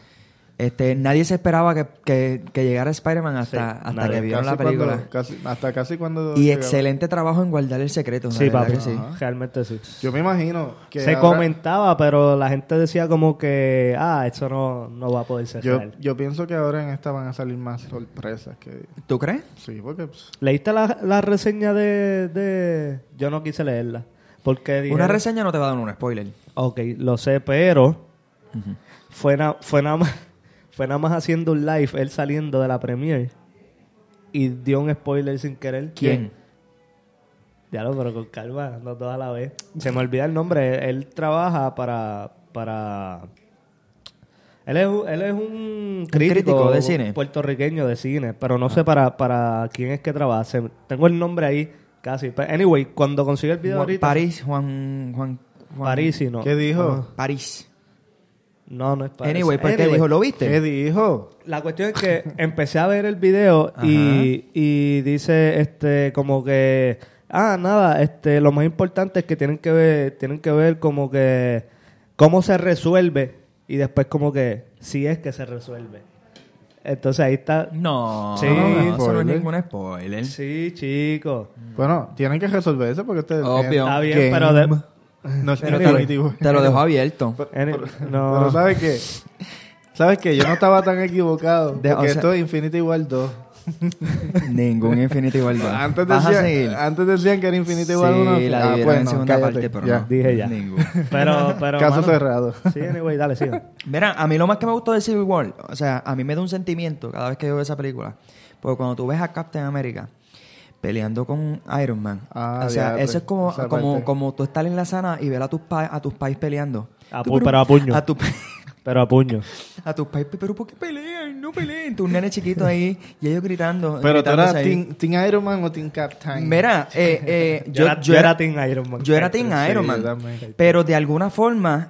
A: este, nadie se esperaba que, que- que llegara Spider-Man hasta, hasta
C: nadie.
A: que vieron la
B: Casi cuando-
A: película.
B: casi- hasta casi cuando...
A: y
B: llegaba.
A: excelente trabajo en guardar el secreto.
C: Sí,
A: la verdad
C: papi.
A: que sí.
C: Ajá. Realmente sí.
B: Yo me imagino que...
C: Se
B: ahora-
C: comentaba, pero la gente decía como que, ah, eso no, no va a poder ser
B: Yo,
C: real.
B: yo pienso que ahora en esta van a salir más sorpresas que...
A: ¿Tú crees?
B: Sí, porque... pues,
C: ¿Leíste la, la reseña de, de...? Yo no quise leerla. Porque
B: eh.
A: Una
C: dijeron-
A: reseña no te va a dar un spoiler.
C: Ok, lo sé, pero fue, na- fue, nada más, fue nada más haciendo un live, él saliendo de la premiere y dio un spoiler sin querer.
A: ¿Quién?
C: Ya lo, pero con calma, no todas a la vez. Se me olvida el nombre. Él, él trabaja para. para... Él es, un- él es un crítico,
A: crítico de cine.
C: puertorriqueño de cine, pero no sé para, para quién es que trabaja. Se- tengo el nombre ahí casi. Pero anyway, cuando consiga el video
A: Juan-
C: ahorita.
A: París, Juan, Juan, Juan-
C: Parisi, no.
B: ¿Qué dijo?
A: París.
C: No, no es Parisi.
A: Anyway, ¿por qué
C: Anyway,
A: dijo? ¿Lo viste?
B: ¿Qué dijo?
C: La cuestión es que empecé a ver el video y, y dice este como que ah nada este lo más importante es que tienen que ver tienen que ver como que cómo se resuelve y después como que si es que se resuelve entonces ahí está
F: No,
C: Sí,
F: eso no es
B: spoiler.
F: ningún spoiler.
C: sí chico
B: Bueno, tienen que resolver eso porque este es el
F: Obvio.
B: tema.
C: está bien
B: Game.
C: pero de-
B: No es
C: Pero
F: Te lo-
B: definitivo.
F: Te lo dejo abierto.
C: en- no
B: Pero ¿sabes qué? ¿Sabes qué? Yo no estaba tan equivocado.
A: De- o
B: porque
A: sea-
B: esto es Infinity War 2.
F: ningún Infinity War.
B: Antes
F: Vas a
B: decían,
F: seguir.
B: antes decían que era Infinity War 1.
F: Sí, la
B: Ah,
F: dividieron
B: pues
F: en
B: no,
F: segunda
B: cállate.
F: parte, pero
B: Ya.
F: no.
C: Dije ya.
F: Ningún.
C: pero pero
B: Caso
C: mano,
B: cerrado.
C: sí anyway dale sigue
A: Mira, a mí lo más que me gustó de Civil War, o sea, a mí me da un sentimiento cada vez que yo veo esa película. Porque cuando tú ves a Captain America peleando con Iron Man,
B: Ah,
A: o sea,
B: diatre,
A: eso es como,
B: esa
A: como,
B: parte.
A: como tú estar en la sana y ver a tus pa- a tus pais peleando.
C: A
A: Tú,
C: pu- pero a puño.
A: A, tu-
C: pero a puño
A: a tus pais, pero ¿por qué pelean? No peleen. Tus nenes chiquitos ahí y ellos gritando.
B: Pero tú eras
A: gritándose ahí.
B: team, team Iron Man o Team Captain.
A: Mira, eh, eh,
C: yo, era, yo era Team Iron Man
A: yo era Team
B: Sí,
A: Iron
B: yo
A: Man.
B: también.
A: Pero de alguna forma,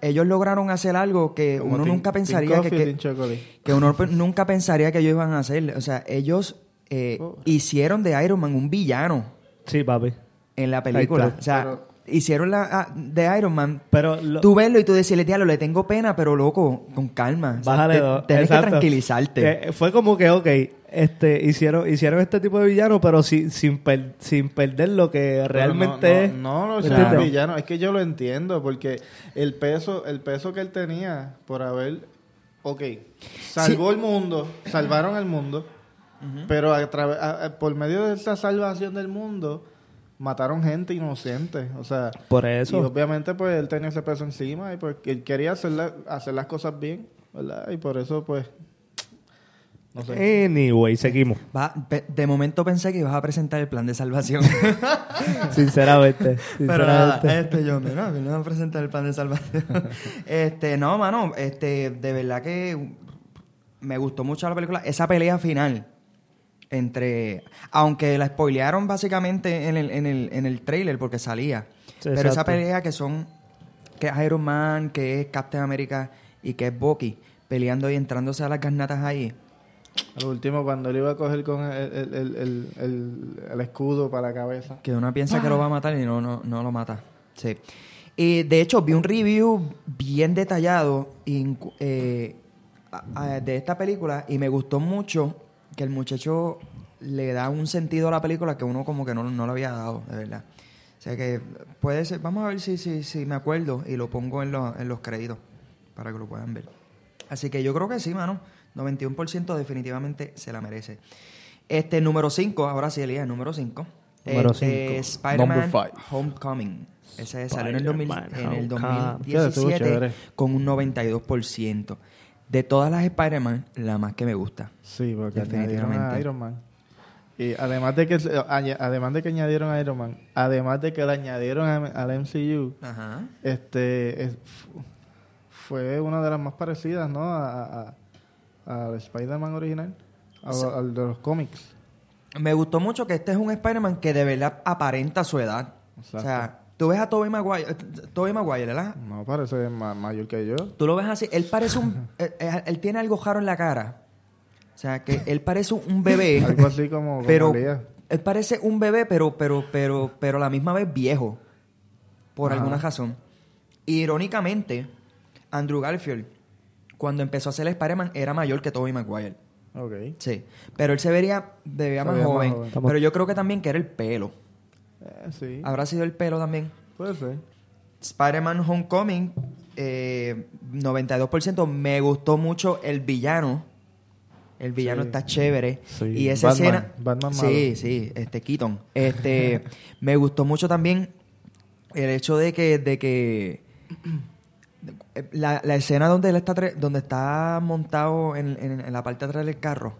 A: ellos lograron hacer algo que
B: Como
A: uno
B: Team-
A: nunca
B: Team
A: pensaría que,
B: Coffee,
A: que-
B: Team Chocolate.
A: que uno pe- nunca pensaría que ellos iban a hacer. O sea, ellos eh, hicieron de Iron Man un villano
C: sí papi
A: en la película.
C: está.
A: O sea, hicieron la, ah, de Iron Man.
C: pero lo-
A: Tú verlo y tú decirle, diablo, le tengo pena, pero loco, con calma. O sea,
C: Bájale
A: te-
C: dos.
A: Tienes que
C: Exacto.
A: tranquilizarte.
C: Eh, fue como que, ok, este, hicieron, hicieron este tipo de villano, pero sin, sin, per- sin perder lo que
B: Pero
C: realmente es.
B: no, no, no, o sea,
C: ¿Entiendes?
B: villano, es que yo lo entiendo porque el peso el peso que él tenía por haber ok salvó el mundo salvaron el mundo pero a trave- a- a- por medio de esa salvación del mundo mataron gente inocente o sea
C: Este, Por
B: y
C: eso.
B: obviamente pues él tenía ese peso encima y pues él quería hacer, la- hacer las cosas bien verdad y por eso pues no sé
C: Anyway, seguimos.
A: Va- pe- de momento pensé que ibas a presentar el plan de salvación.
C: Sinceramente.
A: Pero nada,
C: sinceramente.
A: este yo, mira, me van a presentar el plan de salvación. este, no, mano, este, de verdad que me gustó mucho la película. Esa pelea final entre... Aunque la spoilearon básicamente en el, en el, en el trailer porque salía.
C: Sí,
A: pero esa
C: exacto.
A: pelea que son... Que es Iron Man, que es Captain America y que es Bucky peleando y entrándose a las garnatas ahí.
B: al último cuando él iba a coger con el, el- el- el- el- el escudo para la cabeza
A: Que uno piensa que lo va a matar y no, no, no lo mata. Sí. Y de hecho, vi un review bien detallado in- eh, a- a- de esta película y me gustó mucho que el muchacho le da un sentido a la película que uno como que no, no le había dado, de verdad. O sea que puede ser, vamos a ver si, si, si me acuerdo y lo pongo en, los- en los créditos para que lo puedan ver. Así que yo creo que sí, mano. 91% definitivamente se la merece. Este número 5, ahora sí, Elías, número 5.
C: Número
A: este,
C: cinco.
A: Spider-Man
F: Number five.
A: Homecoming. Ese salió en el, 2000 en el
C: Spider-Man Homecoming.
A: 2017 con un 92%. De todas las Spider-Man, la más que me gusta.
B: Sí, porque
A: Definitivamente.
B: añadieron a Iron Man. Y además de que añ- además de que añadieron a Iron Man, además de que le añadieron a- al MCU,
A: Ajá.
B: este es- fu- fue una de las más parecidas, ¿no? A, a- a- al Spider-Man original, a- al de los cómics.
A: Me gustó mucho que este es un Spider-Man que de verdad aparenta su edad. O sea, tú ves a Tobey Maguire, eh, Tobey Maguire, ¿verdad?
B: No parece ma- mayor que yo.
A: Tú lo ves así, él parece un... eh, eh, él tiene algo jaro en la cara. O sea, que él parece un bebé.
B: Algo así como, como
A: pero
B: Elías.
A: él parece un bebé, pero, pero, pero, pero a la misma vez viejo. Por alguna razón. Irónicamente, Andrew Garfield, cuando empezó a hacer el Spider-Man, era mayor que Tobey Maguire.
B: Ok. Eh,
A: Sí. Pero él se vería, de veía
B: Se
A: más,
B: veía más
A: joven.
B: joven.
A: Pero yo creo que también que era el pelo.
B: Eh, sí,
A: Habrá sido el pelo también.
B: puede ser.
A: Spider-Man Homecoming, eh, 92%. Me gustó mucho el villano. El villano está chévere.
B: Sí,
A: Y esa
B: Batman,
A: escena.
B: Batman
A: sí,
B: malo.
A: sí, este Keaton. Este, me gustó mucho también el hecho de que, de que eh, la, la escena donde él está tre- donde está montado en, en- en la parte de atrás del carro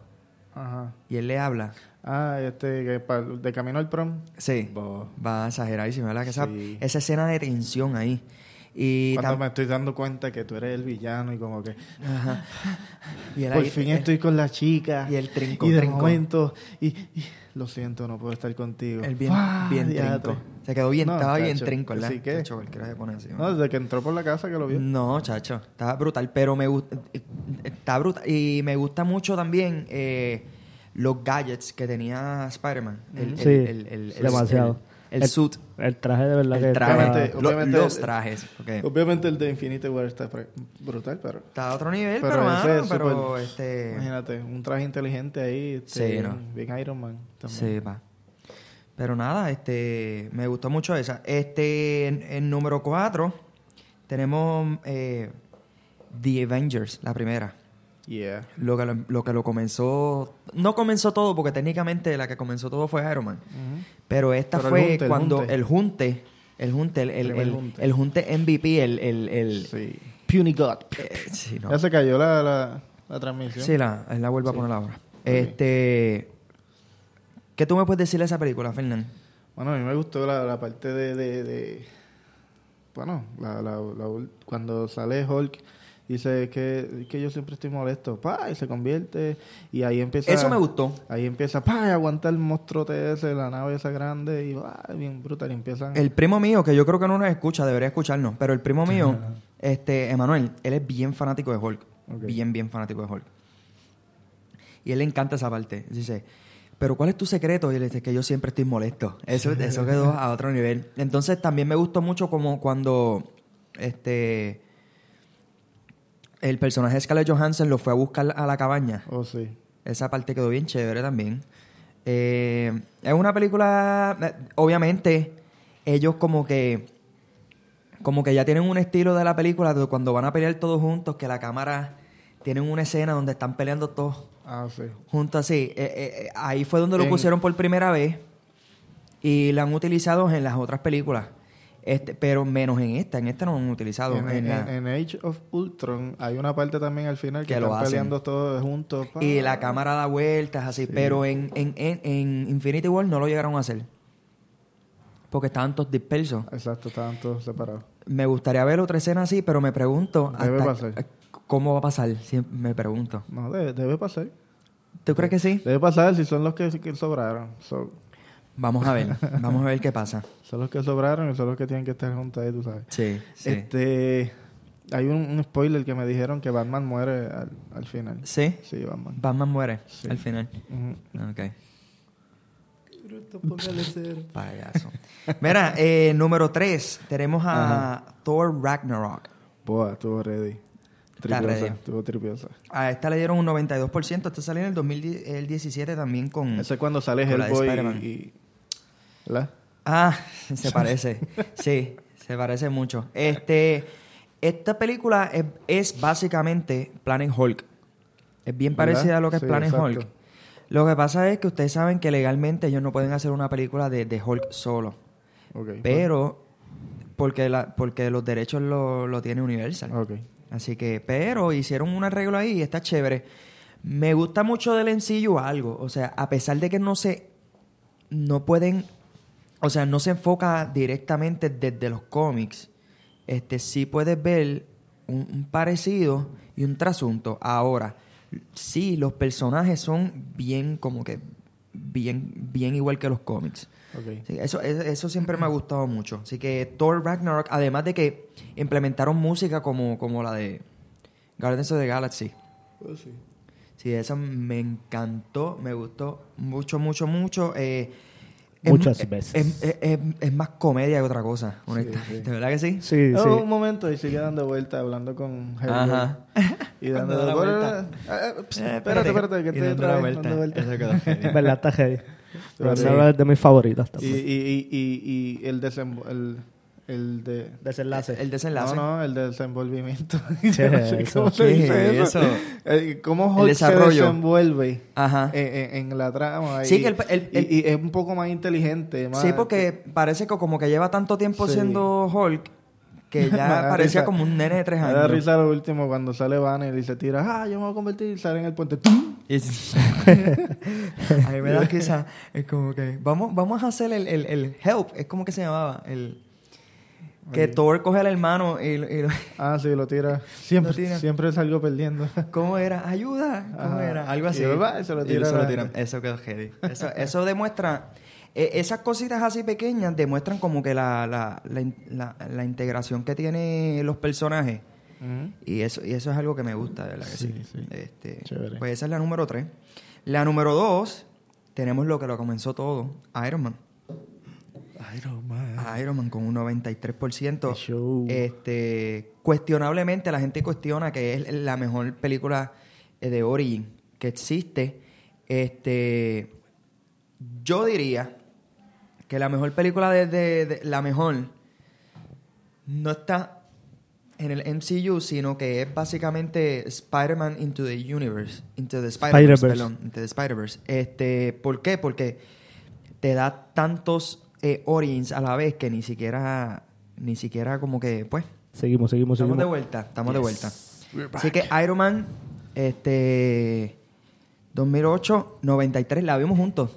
B: Ajá.
A: y él le habla.
B: Ah, este, que pa- de camino al prom.
A: Sí.
B: Bo.
A: Va a exageradísimo, ¿verdad? Que esa,
B: Sí.
A: esa escena de tensión ahí. Y
B: Cuando
A: tam-
B: me estoy dando cuenta que tú eres el villano y como que
A: Ajá. Y él
B: por
A: ahí-
B: fin
A: él-
B: estoy con la chica.
A: eh. y el trinco,
B: Y de
A: trinco.
B: momento, y, y, lo siento, no puedo estar contigo.
A: él bien,
B: Ah,
A: bien
B: diatre.
A: trinco. Se quedó bien,
B: No,
A: estaba bien
B: chacho,
A: trinco, ¿verdad?
B: sí que-
A: Chacho, cualquiera se pone así. ¿verdad?
B: No, desde que entró por la casa que lo vio.
A: No, chacho, estaba brutal, pero me gusta, está brutal y me gusta mucho también eh, los gadgets que tenía Spider-Man, el, el-
C: Sí,
A: el- el- el-
C: demasiado.
A: el, el suit,
C: El traje de verdad que
A: el
C: estaba-
A: traje,
B: Obviamente-
A: lo-
B: obviamente- eh,
A: los trajes, porque
B: Obviamente el de Infinity War está pre- brutal, pero...
A: está a otro nivel,
B: Pero
A: pero,
B: ese
A: mano,
B: es
A: pero,
B: súper-
A: este,
B: Imagínate, un traje inteligente ahí. este,
A: Sí, ¿no?
B: Bien Iron Man también.
A: sí, va. Pero nada, este, me gustó mucho esa. Este, en, en número 4 tenemos eh, The Avengers, la primera.
B: Yeah.
A: Lo que lo, lo que lo comenzó. No comenzó todo, porque técnicamente la que comenzó todo fue Iron Man. Pero esta
B: Pero el
A: fue
B: junte, el
A: cuando
B: junte.
A: el junte. El junte, el, el,
B: Primer
A: el-
B: junte.
A: el junte MVP, el. el, el-
B: Sí.
A: Puny God. Eh, sí, no.
B: Ya se cayó la, la, la transmisión.
A: Sí, la, la vuelvo a poner ahora. Este. ¿Qué tú me puedes decir de esa película, Fernán?
B: Bueno, a mí me gustó la, la parte de... de- de- bueno, la- la- la ul- cuando sale Hulk, dice que, que yo siempre estoy molesto. Pa, y se convierte. Y ahí empieza...
A: Eso me gustó.
B: Ahí empieza, pa, y aguanta el monstruo ese, la nave esa grande. Y va, bien brutal. Y empiezan...
A: El primo mío, que yo creo que no nos escucha, debería escucharnos, pero el primo mío, este, Emanuel, él es bien fanático de Hulk.
B: Ok.
A: Bien, bien fanático de Hulk. Y él le encanta esa parte. Dice, pero ¿cuál es tu secreto? Y él dice que yo siempre estoy molesto. Eso, eso quedó a otro nivel. Entonces también me gustó mucho como cuando este el personaje de Scarlett Johansson lo fue a buscar a la cabaña.
B: Oh, sí.
A: Esa parte quedó bien chévere también. Eh, es una película, eh, obviamente, ellos como que, como que ya tienen un estilo de la película de cuando van a pelear todos juntos, que la cámara tienen una escena donde están peleando todos
B: Ah, sí.
A: juntos así. Eh, eh, eh, ahí fue donde lo
B: En-
A: pusieron por primera vez y la han utilizado en las otras películas. Este, pero menos en esta, en esta no han utilizado.
B: En,
A: en la-
B: en- en Age of Ultron hay una parte también al final que,
A: Que lo
B: están
A: hacen.
B: peleando todos juntos. pa.
A: Y la cámara da vueltas, así. Pero en, en, en, en Infinity War no lo llegaron a hacer. Porque estaban todos dispersos.
B: Exacto, estaban todos separados.
A: Me gustaría ver otra escena así, pero me pregunto...
B: Debe pasar.
A: ¿Cómo va a pasar? Siempre Me pregunto.
B: No, debe, debe pasar.
A: ¿Tú crees que sí?
B: Debe pasar si son los que, que sobraron. So-
A: Vamos a ver. Vamos a ver qué pasa.
B: son los que sobraron y son los que tienen que estar juntos ahí, tú sabes.
A: Sí, sí.
B: Este, hay un, un spoiler que me dijeron que Batman muere al, al final.
A: ¿Sí?
B: Sí, Batman.
A: Batman muere
B: Sí.
A: al final.
B: Ujú.
A: Ok. Payaso. Mira, eh, número 3. Tenemos a Thor Ragnarok.
B: Boa, estuvo ready.
A: Está
B: Tripiosa,
A: ready.
B: estuvo tripiosa.
A: A esta le dieron un 92%. Esta salió en el 2017 también con...
B: Ese es cuando sale
A: Con Mm. la de
B: Hellboy
A: Spider-Man.
B: y... y- ¿Verdad?
A: Ah, se parece. sí, se parece mucho. Este, esta película es, es básicamente Planet Hulk. Es bien
B: ¿Verdad?
A: parecida a lo que
B: Sí,
A: es Planet
B: exacto.
A: Hulk. Lo que pasa es que ustedes saben que legalmente ellos no pueden hacer una película de, de Hulk solo.
B: Ok.
A: Pero, porque, la, porque los derechos lo, lo tiene Universal.
B: Ok.
A: Así que, pero hicieron un arreglo ahí y está chévere. Me gusta mucho del encillo algo. O sea, a pesar de que no se. No pueden. O sea, no se enfoca directamente desde los cómics. Este, sí puedes ver un, un parecido y un trasunto. Ahora, sí, los personajes son bien, como que. Bien, bien igual que los cómics.
B: Ok.
A: Sí, eso, eso, eso siempre me ha gustado mucho. Así que Thor Ragnarok, además de que implementaron música como, como la de Guardians of the Galaxy.
B: Oh,
A: Sí, eso me encantó, me gustó mucho, mucho, mucho. eh, es- eh,
C: Muchas
A: es-
C: veces.
A: Es, es- es- em, es más comedia que otra cosa, honestamente. ¿De verdad que sí?
C: Sí,
B: Oh,
C: sí.
B: Un momento y sigue dando vuelta hablando con Hellboy.
A: Ajá.
B: Y dando
A: Dando la vuelta.
B: Ah, ah, pss,
A: Eh,
B: espérate, espérate, que
A: y
B: estoy
A: dando
B: otra
A: la
B: vez
A: vuelta.
B: dando vuelta.
A: Eso quedó genial.
C: ¿Verdad? Está heavy. Pero
B: Sí.
C: no es de mis favoritas
B: Y,
C: también.
B: y, y, y, y el desenvol... El, el de...
C: Desenlace.
A: El desenlace.
B: No, no, el desenvolvimiento.
C: Che,
B: Yo no sé
C: eso,
B: cómo se
A: ¿qué
B: dice
A: es
B: eso.
A: eso?
B: Eh, ¿Cómo
A: El
B: Hulk se
A: desarrollo.
B: desenvuelve
A: Ajá.
B: en, en- en la trama?
A: Sí,
B: y-
A: que el- el-
B: y-
A: el-
B: y, es un poco más inteligente. Más,
A: Sí, porque parece que como que lleva tanto tiempo
B: Sí.
A: siendo Hulk que ya
B: da
A: parecía
B: risa.
A: como un nene de tres
B: Me da
A: años.
B: risa lo último cuando sale Banner y se tira, ah, yo me voy a convertir y sale en el puente. ¡Tum!
A: Es- a mí me da risa. Es como que. Vamos, vamos a hacer el, el, el help. Es como que se llamaba. El, que Thor coge al hermano y, lo- y lo-
B: Ah, sí, lo tira. Siempre,
A: Lo tira.
B: siempre salgo perdiendo.
A: ¿Cómo era? Ayuda. ¿Cómo
B: Ajá.
A: era? Algo
B: Y
A: así.
B: él va y se lo
A: Y
B: tira a la-
A: Eso quedó heavy. Eso, eso demuestra. eh, esas cositas así pequeñas demuestran como que la, la, la, in- la- la integración que tienen los personajes. Y eso, y eso es algo que me gusta, de verdad que sí.
B: Sí, sí.
A: Este,
B: Chévere.
A: pues esa es la número tres. La número dos, tenemos lo que lo comenzó todo, Iron Man.
B: Iron Man.
A: Iron Man con un 93%.
B: Qué Ah. show.
A: Este, cuestionablemente la gente cuestiona que es la mejor película eh, de Origin que existe. Este, yo diría que la mejor película de, de- de- la mejor no está en el MCU, sino que es básicamente Spider-Man into the Universe, into the Spider-Verse,
C: Spider-Verse.
A: perdón, into the Spider-Verse. Este, ¿por qué? Porque te da tantos eh, origins a la vez que ni siquiera ni siquiera como que pues
C: Seguimos, seguimos,
A: estamos de
C: seguimos.
A: vuelta estamos de vuelta así que Iron Man este 2008 93 la vimos juntos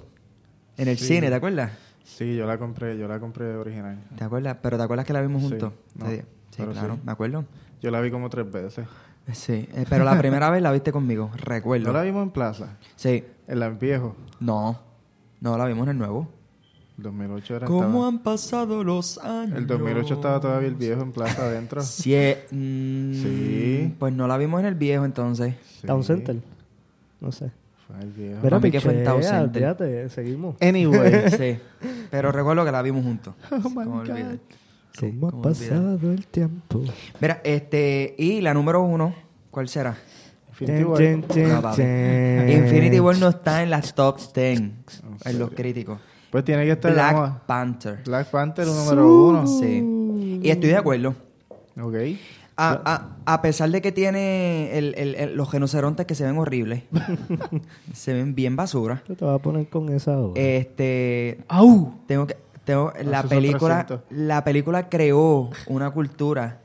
A: en el
B: Sí.
A: cine ¿te acuerdas?
B: Sí, yo la compré, yo la compré original.
A: ¿te acuerdas? pero ¿te acuerdas que la vimos
B: Sí,
A: juntos?
B: no,
A: sí,
B: pero
A: claro
B: sí.
A: me acuerdo
B: Yo la vi como tres veces.
A: sí eh, pero la primera vez la viste conmigo
B: ¿No
A: recuerdo
B: la vimos en Plaza?
A: sí
B: En la viejo.
A: no no la vimos en el nuevo
B: 2008 era
A: ¿cómo
B: estaba-
A: han pasado los años?
B: El 2008 estaba todavía el viejo en Plaza adentro.
A: Sí, eh, mm,
B: Sí.
A: Pues no la vimos en el viejo entonces.
B: Sí,
C: Town Center. No sé.
B: Fue el viejo.
C: Pero
A: mí que fue en Town
C: pichea,
A: Center.
C: olvídate, seguimos.
B: Anyway. Oh
A: Sí. Pero recuerdo que la vimos juntos. Cómo olvidar. Sí, cómo olvidar.
C: el tiempo?
A: Mira, este. Y la número uno, ¿cuál será?
B: Infinity War.
A: No, papi. Infinity War no está en las top 10 en los críticos.
B: Pues tiene que estar vamos
A: Black
B: a-
A: Panther.
B: Black Panther número uno.
A: Sí. Y estoy de acuerdo.
B: Ok.
A: A, a- a pesar de que tiene el- el- el- los genocerontes que se ven horribles, se ven bien basura.
C: Yo te voy a poner con esa ahora.
A: Este. Tengo que. Tengo, la
B: esos son
A: película.
B: 300.
A: La película creó una cultura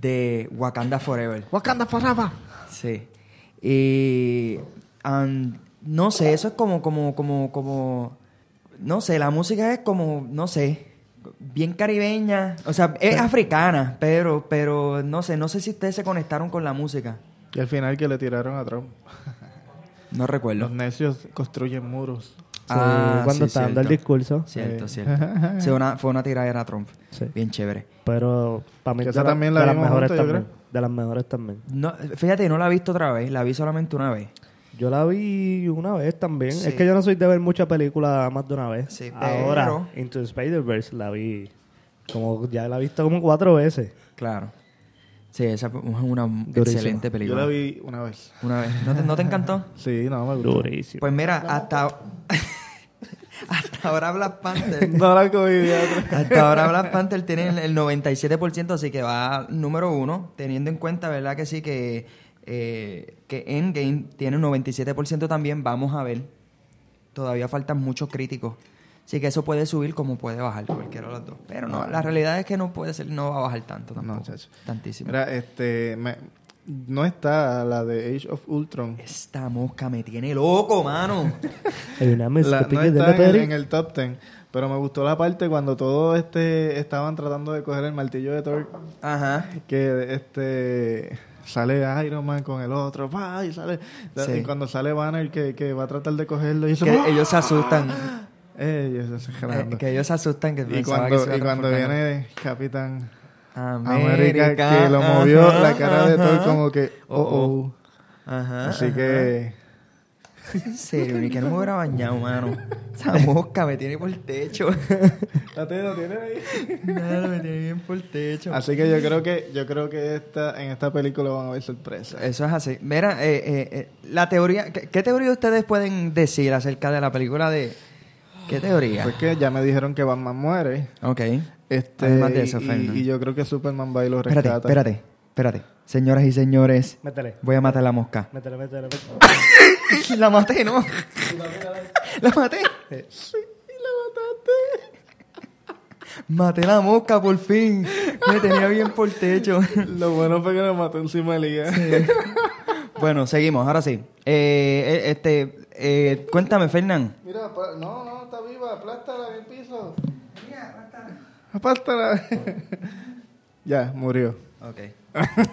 A: de Wakanda Forever.
B: Wakanda Forever.
A: Sí. Y. and- no sé, eso es como, como, como, como. No sé, la música es como, no sé. Bien caribeña. O sea, es africana, pero, pero no sé, no sé si ustedes se conectaron con la música.
B: Y al final que le tiraron a Trump.
A: No recuerdo.
B: Los necios construyen muros.
C: Sí, cuando estaba dando el
A: Ah, cierto.
C: discurso.
A: Cierto, cierto. Sí, una- fue una tiradera a Trump.
C: Sí.
A: Bien chévere.
C: Pero para mí
B: Que
C: de,
B: esa
C: la-
B: también la
C: de las
B: vimos
C: mejores
B: juntos, yo
C: también. De las mejores también.
A: No, fíjate, no la he visto otra vez, la vi solamente una vez.
C: Yo la vi una vez también.
A: Sí.
C: Es que yo no soy de ver muchas películas más de una vez.
A: Sí, pero-
C: Ahora, Into the Spider-Verse la vi. Como ya la he visto como cuatro veces.
A: Claro. Sí, esa es una
C: Durísima.
A: excelente
B: Yo
A: película.
B: la vi una vez.
A: Una vez. ¿No te, no te encantó?
B: Sí, no, me gustó.
C: Durísimo.
A: Pues mira, hasta, hasta ahora Black Panther.
B: No la cogí de otra.
A: Hasta ahora Black Panther tiene el- el 97%, así que va número uno, teniendo en cuenta, ¿verdad? Que sí, que, eh, que Endgame tiene un 97% también, vamos a ver. Todavía faltan muchos críticos. Así que eso puede subir como puede bajar, cualquiera de los dos. Pero no, la realidad es que no puede ser, no va a bajar tanto tampoco.
B: No, chacho.
A: Tantísimo.
B: Mira, este. me- no está la de Age of Ultron.
A: Esta mosca me tiene loco, mano.
C: Hay una mezcla
B: La- no
C: de
B: está en el,
C: Leperi.
B: en el top 10. Pero me gustó la parte cuando todos este, estaban tratando de coger el martillo de Thor.
A: Ajá.
B: Que este. Sale Iron Man con el otro. pa, Y, sale,
A: Sí.
B: y cuando sale Banner que, que va a tratar de cogerlo. Y eso, ¡ah!
A: Que ellos se asustan.
B: Eh, y eso es
A: eh,
B: jalando.
A: que ellos se asustan. Que
B: Y
A: pensaba que se iba
B: cuando,
A: a
B: y cuando
A: transformar.
B: viene Capitán América,
A: América,
B: que lo movió
A: ajá,
B: la cara de Thor
A: ajá.
B: como que, oh, oh.
A: Ajá.
B: Así
A: ajá.
B: que,
A: En serio, ni que no me hubiera bañado, mano. Esa mosca me tiene por el techo.
B: la tiene, la tiene ahí.
A: Claro, me tiene bien por el techo.
B: Así que yo creo que, yo creo que esta, en esta película van a haber sorpresas.
A: Eso es así. Mira, eh, eh, eh, la teoría. ¿qué, qué teoría ustedes pueden decir acerca de la película de. ¿Qué teoría?
B: Pues que ya me dijeron que Batman muere.
A: ok.
B: Este,
A: Además de
B: y-
A: eso,
B: y,
A: Fernan.
B: y yo creo que Superman va y lo
A: Espérate,
B: rescata.
A: espérate, espérate. Señoras y señores,
C: Métele.
A: voy a matar la mosca.
C: Métele, métele, métele.
A: la maté, ¿no? la maté. Sí, la mataste. Maté la mosca por fin. Me tenía bien por techo.
B: Lo bueno fue que lo mató encima de Lía.
A: Bueno, seguimos, ahora sí. Eh, eh, este, eh, cuéntame, Fernán.
B: Mira, pa- no, no, está viva, aplástala en el piso. Aplástala. ya, murió.
A: Ok.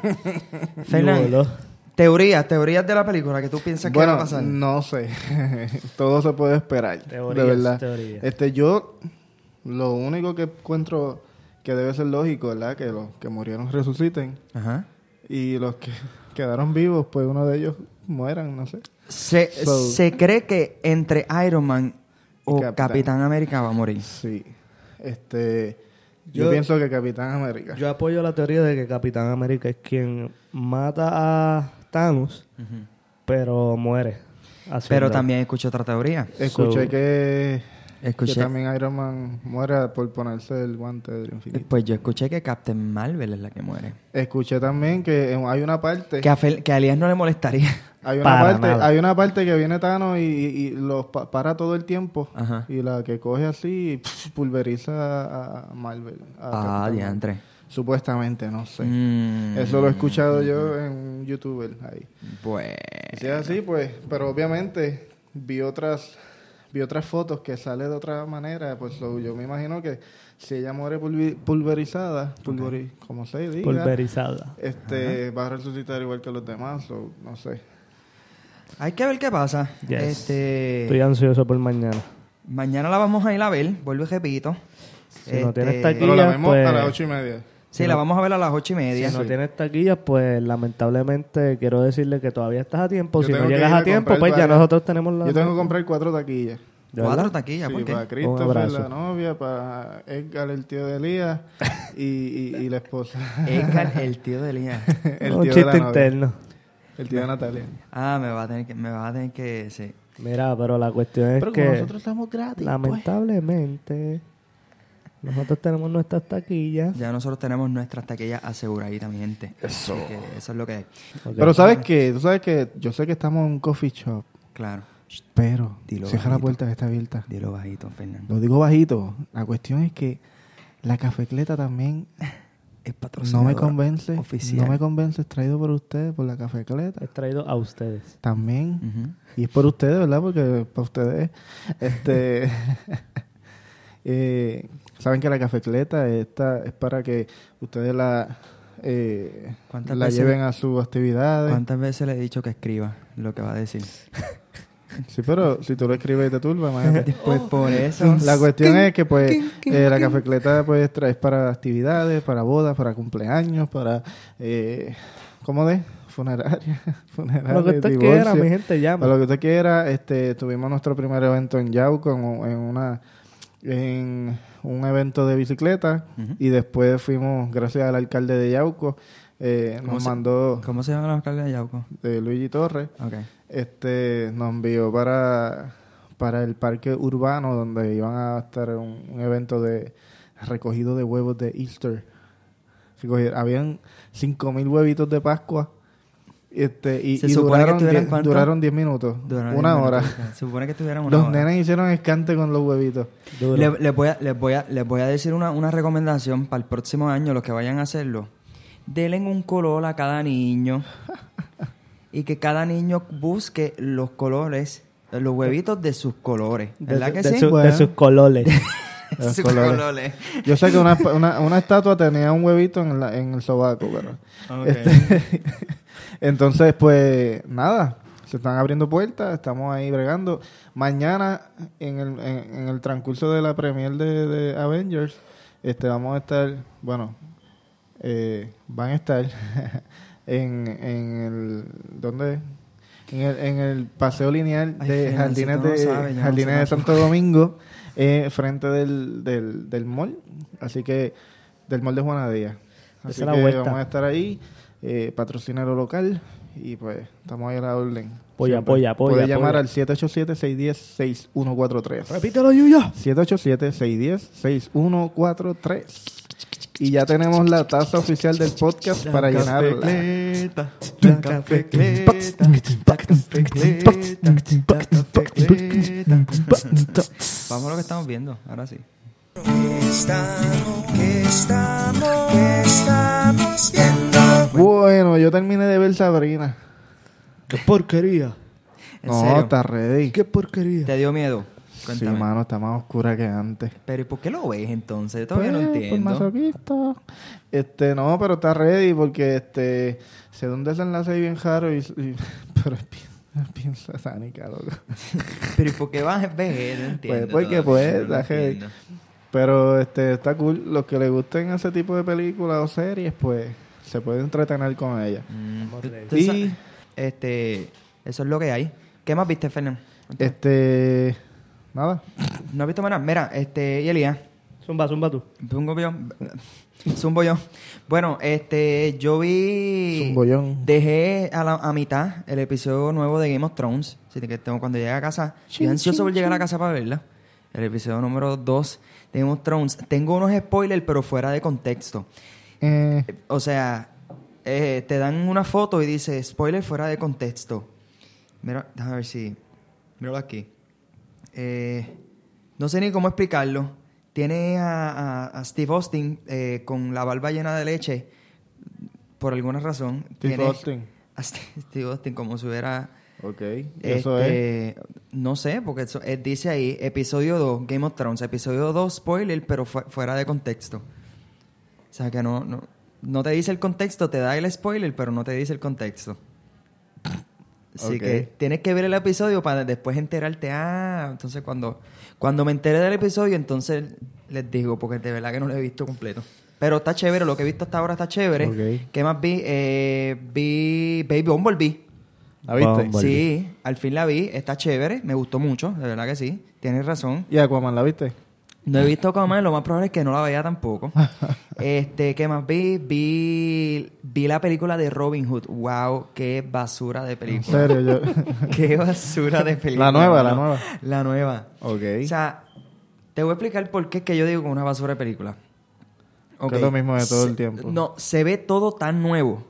A: Fernán,
C: Lolo.
A: teorías, teorías de la película que tú piensas que va a pasar.
B: no sé. Todo se puede esperar.
C: Teorías,
B: de verdad.
C: teorías.
B: Este, yo lo único que encuentro que debe ser lógico, ¿verdad? Que los que murieron resuciten
A: Ajá.
B: y los que quedaron vivos, pues uno de ellos mueran, no sé.
A: Se,
B: So-
A: se cree que entre Iron Man o
B: Capitán.
A: Capitán América va a morir.
B: Sí. Este, yo,
C: Yo-
B: pienso que Capitán América.
C: Yo apoyo la teoría de que Capitán América es quien mata a Thanos, pero muere. haciendo-
A: Pero también escuché otra teoría.
B: Escuché
C: So-
B: que,
A: Escuché-
B: que también Iron Man muera por ponerse el guante del infinito.
A: Pues yo escuché que Captain Marvel es la que muere.
B: Escuché también que en- hay una parte
A: Que a, Fel- que a Elías no le molestaría.
B: hay una
C: Para
B: parte
C: nada.
B: hay una parte que viene Thanos y, y- y los pa- para todo el tiempo
A: Ajá.
B: y la que coge así y, pf, pulveriza a- a Marvel. a Capitán
A: Ah,
B: Marvel.
A: diantre.
B: Supuestamente, no sé.
A: Mm,
B: Eso lo he escuchado yo en un youtuber ahí.
A: Pues.
B: Si es así, pues, pero obviamente vi otras vi otras fotos que sale de otra manera, pues so, yo me imagino que si ella muere pulvi- pulverizada, pulveri- como se diga,
C: Pulverizada.
B: este va a resucitar igual que los demás, so, no sé.
A: Hay que ver qué pasa.
C: Yes.
A: Este.
C: Estoy ansioso por mañana.
A: Mañana la vamos a ir a ver, vuelvo y repito. Este,
C: Si no tienes taquilla,
B: Pero la
C: ya,
B: vemos
C: pues-
B: a las ocho y media.
A: Sí, la vamos a ver a las ocho y media.
C: Si no tienes taquillas, pues lamentablemente quiero decirle que todavía estás a tiempo.
B: Yo
C: pues, si no
B: tengo que
C: llegas
B: ir
C: a
B: a
C: tiempo,
B: comprar
C: pues ya
B: varias.
C: nosotros tenemos la...
B: Yo tengo que comprar cuatro taquillas.
C: ¿De
A: Cuatro
C: verdad?
A: taquillas,
B: Sí,
A: ¿por
B: para
A: qué?
B: Christopher,
C: pues, abrazo.
B: la novia, para Edgar, el tío de Elías y, y- y la esposa.
A: Edgar, el tío de Elías.
B: el tío
C: Un
B: de la
C: chiste
B: novia.
C: interno.
B: El tío de Natalia.
A: Ah, me va a tener que, me va a tener que, sí.
C: Mira, pero la cuestión es
B: Pero
C: que...
B: como nosotros estamos gratis, pues.
C: Lamentablemente, nosotros tenemos nuestras taquillas.
A: Ya nosotros tenemos nuestras taquillas aseguraditas, mi gente. Eso. eso es lo que hay.
C: Ok.
B: Pero sabes que, tú sabes que yo sé que estamos en un coffee shop,
A: Claro.
B: pero
A: Dilo
B: cierra la
A: bajito.
B: puerta que está abierta.
A: Dilo bajito, Fernando.
B: Lo digo bajito. La cuestión es que la cafecleta también
A: Es
B: no
A: patrocinador
B: me convence.
A: Oficial.
B: No me convence, es traído por ustedes, por la cafecleta.
C: Es traído a ustedes.
B: También.
A: Ujú.
B: Y es por ustedes, ¿verdad? Porque para ustedes. Este. eh, Saben que la cafecleta esta es para que ustedes la, eh,
A: ¿Cuántas
B: la
A: veces-
B: lleven a sus actividades.
A: ¿Cuántas veces le he dicho que escriba lo que va a decir?
B: Sí, pero si tú lo escribes y te turba, imagínate.
A: Pues por eso.
B: Oh. La cuestión es que pues eh, la cafecleta pues tra- es para actividades, para bodas, para cumpleaños, para eh, ¿cómo de? Funeraria, funeraria,
C: Lo que usted
B: divorcio.
C: quiera, mi gente, llama.
B: A lo que usted quiera, este tuvimos nuestro primer evento en Yauco en, un- en una en un evento de bicicleta y después fuimos gracias al alcalde de Yauco eh,
A: ¿Cómo
B: nos
A: se-
B: mandó
A: ¿Cómo se llama la alcalde de Yauco?
B: de Luigi Torres
A: Ok.
B: este nos envió para, para el parque urbano donde iban a estar un, un evento de recogido de huevos de Easter. Recogi- Habían 5.000 huevitos de Pascua este, y,
A: Se
B: y
A: supone que
B: duraron,
A: estuvieran
B: die-
A: ¿cuánto?
B: duraron 10 minutos,
A: Duraron
B: una
A: diez
B: hora.
A: minutos. Se supone que estuvieran una
B: Los
A: hora.
B: nenes hicieron escante con los huevitos.
C: Duro.
A: Le- les, voy a, les, voy a, les voy a decir una, una recomendación para el próximo año, los que vayan a hacerlo. Denle un color a cada niño y que cada niño busque los colores, los huevitos de sus colores. ¿Verdad
C: de,
A: que
C: de
A: sí?
C: su-
B: Bueno.
C: de sus colores.
B: Los colores. Yo sé que una, una, una estatua tenía un huevito en, la- en el sobaco, pero... este, entonces, pues, nada. Se están abriendo puertas, estamos ahí bregando. Mañana, en el, en, en el transcurso de la premier de, de Avengers, este, vamos a estar, bueno, eh, van a estar en, en el... ¿Dónde es? En el, en el paseo lineal
A: Ay,
B: de
A: Fernan,
B: Jardines,
A: si tú no
B: de,
A: sabes, yo no
B: Jardines
A: sé
B: de
A: tampoco.
B: Santo Domingo, eh, frente del, del, del mall. Así que, del mall de Juanadía. Así
C: Esa es la
B: que
C: vuelta.
B: vamos a estar ahí, eh, patrocinero local, y pues estamos ahí a la orden.
C: Apoya, apoya, apoya,
B: Puedes llamar
C: apoya.
B: al 787-610-6143.
C: Repítelo, Yuya.
B: 787-610-6143. Y ya tenemos la taza oficial del podcast para llenarla. Este-
A: Vamos a lo que estamos viendo, ahora sí.
G: estamos, que estamos, que estamos viendo.
B: Bueno, yo terminé de ver Sabrina.
C: ¡Qué porquería!
A: ¿En
B: no,
A: serio?
B: está ready.
C: ¡Qué porquería!
A: ¿Te dio miedo?
B: Sí,
A: Cuéntame.
B: mano, está más oscura que antes.
A: Pero ¿y por qué lo ves entonces? Yo todavía
B: Pues,
A: no
B: pues,
A: entiendo.
B: masoquista. Este, no, pero está ready porque este se da un desenlace ahí bien raro y, y- pero es bien, es bien satánica, loco.
A: Pero ¿y por qué vas a ver? No entiendo.
B: Pues, porque,
A: todavía, no
B: pues, la gente-
A: entiendo.
B: Pero este está cool, los que les gusten ese tipo de películas o series, pues se pueden entretener con ella.
A: Mm, tú- tú
B: Y
A: sa- este, eso es lo que hay. ¿Qué más viste, Fernando?
B: este nada,
A: ¿No has visto más nada? Mira, este, y Elías.
C: Zumba, zumba tú.
A: Zumbo yo. Zumbo yo. Bueno, este, yo vi.
B: Zumbollón.
A: Dejé a, la- a mitad el episodio nuevo de Game of Thrones. Así que tengo, cuando llegué a casa, estoy ansioso por llegar a casa para verla. El episodio número 2 de Game of Thrones. Tengo unos spoilers, pero fuera de contexto.
B: Eh,
A: O sea, eh, te dan una foto y dice spoiler fuera de contexto. Mira, déjame ver si. Míralo aquí. Eh, no sé ni cómo explicarlo. Tiene a, a- a Steve Austin eh, con la barba llena de leche. Por alguna razón.
B: Steve
A: Tiene
B: Austin.
A: a St- Steve Austin como si hubiera.
B: Ok, eso es.
A: este, No sé, porque eso- eh, dice ahí episodio 2, Game of Thrones. Episodio 2, spoiler, pero fu- fuera de contexto. O sea que no, no, no te dice el contexto, te da el spoiler, pero no te dice el contexto. Así
B: Ok.
A: que tienes que ver el episodio para después enterarte. Ah, entonces cuando, cuando me enteré del episodio, entonces les digo, porque de verdad que no lo he visto completo. Pero está chévere, lo que he visto hasta ahora está chévere.
B: Ok.
A: ¿Qué más vi? Eh, vi Baby Bumblebee.
B: ¿La Ah, viste?
C: Bumble.
A: Sí, al fin la vi, está chévere, me gustó mucho, de verdad que sí, tienes razón.
B: ¿Y Aquaman la viste?
A: No he visto Aquaman, lo más probable es que no la vea tampoco. Este, ¿qué más vi? Vi, vi la película de Robin Hood. Wow, qué basura de
B: En
A: película.
B: serio, yo
A: Qué basura de película.
B: nueva, la
A: mano.
B: nueva.
A: La nueva. O
B: Ok.
A: sea, te voy a explicar por qué es que yo digo que es una basura de película. Ok.
B: Que es lo mismo de todo
A: Se-
B: el tiempo.
A: No, se ve todo tan nuevo.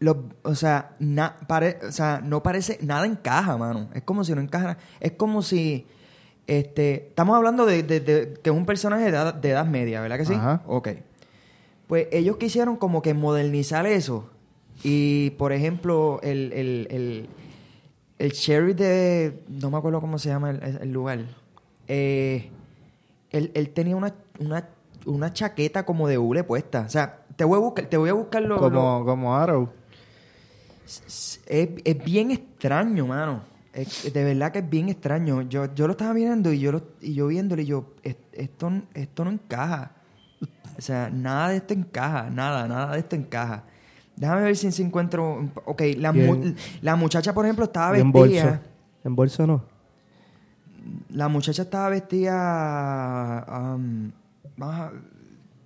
A: Lo- o, sea, na- pare- o sea, no parece, nada encaja, mano. Es como si no encajara. Es como si, este, estamos hablando de, de- de- que es un personaje de edad, de edad media, ¿verdad que sí?
B: Ajá.
A: Ok. Pues ellos quisieron como que modernizar eso. Y, por ejemplo, el, el, el, el sheriff de, no me acuerdo cómo se llama el, el lugar. Eh, él, él tenía una, una, una chaqueta como de hule puesta. O sea, te voy a buscar, te voy a buscar lo- lo-
B: como como Arrow.
A: es, es bien extraño, mano. Es- de verdad que es bien extraño. Yo, yo lo estaba mirando y yo, lo- y yo viéndole y yo, "Es- esto, esto no encaja. O sea, nada de esto encaja, nada, nada de esto encaja. Déjame ver si, si encuentro... un- Ok, la, mu-
C: Bien.
A: la muchacha, por ejemplo, estaba
C: Y en
A: vestida...
C: bolso. En bolso no.
A: La muchacha estaba vestida... am, vamos a-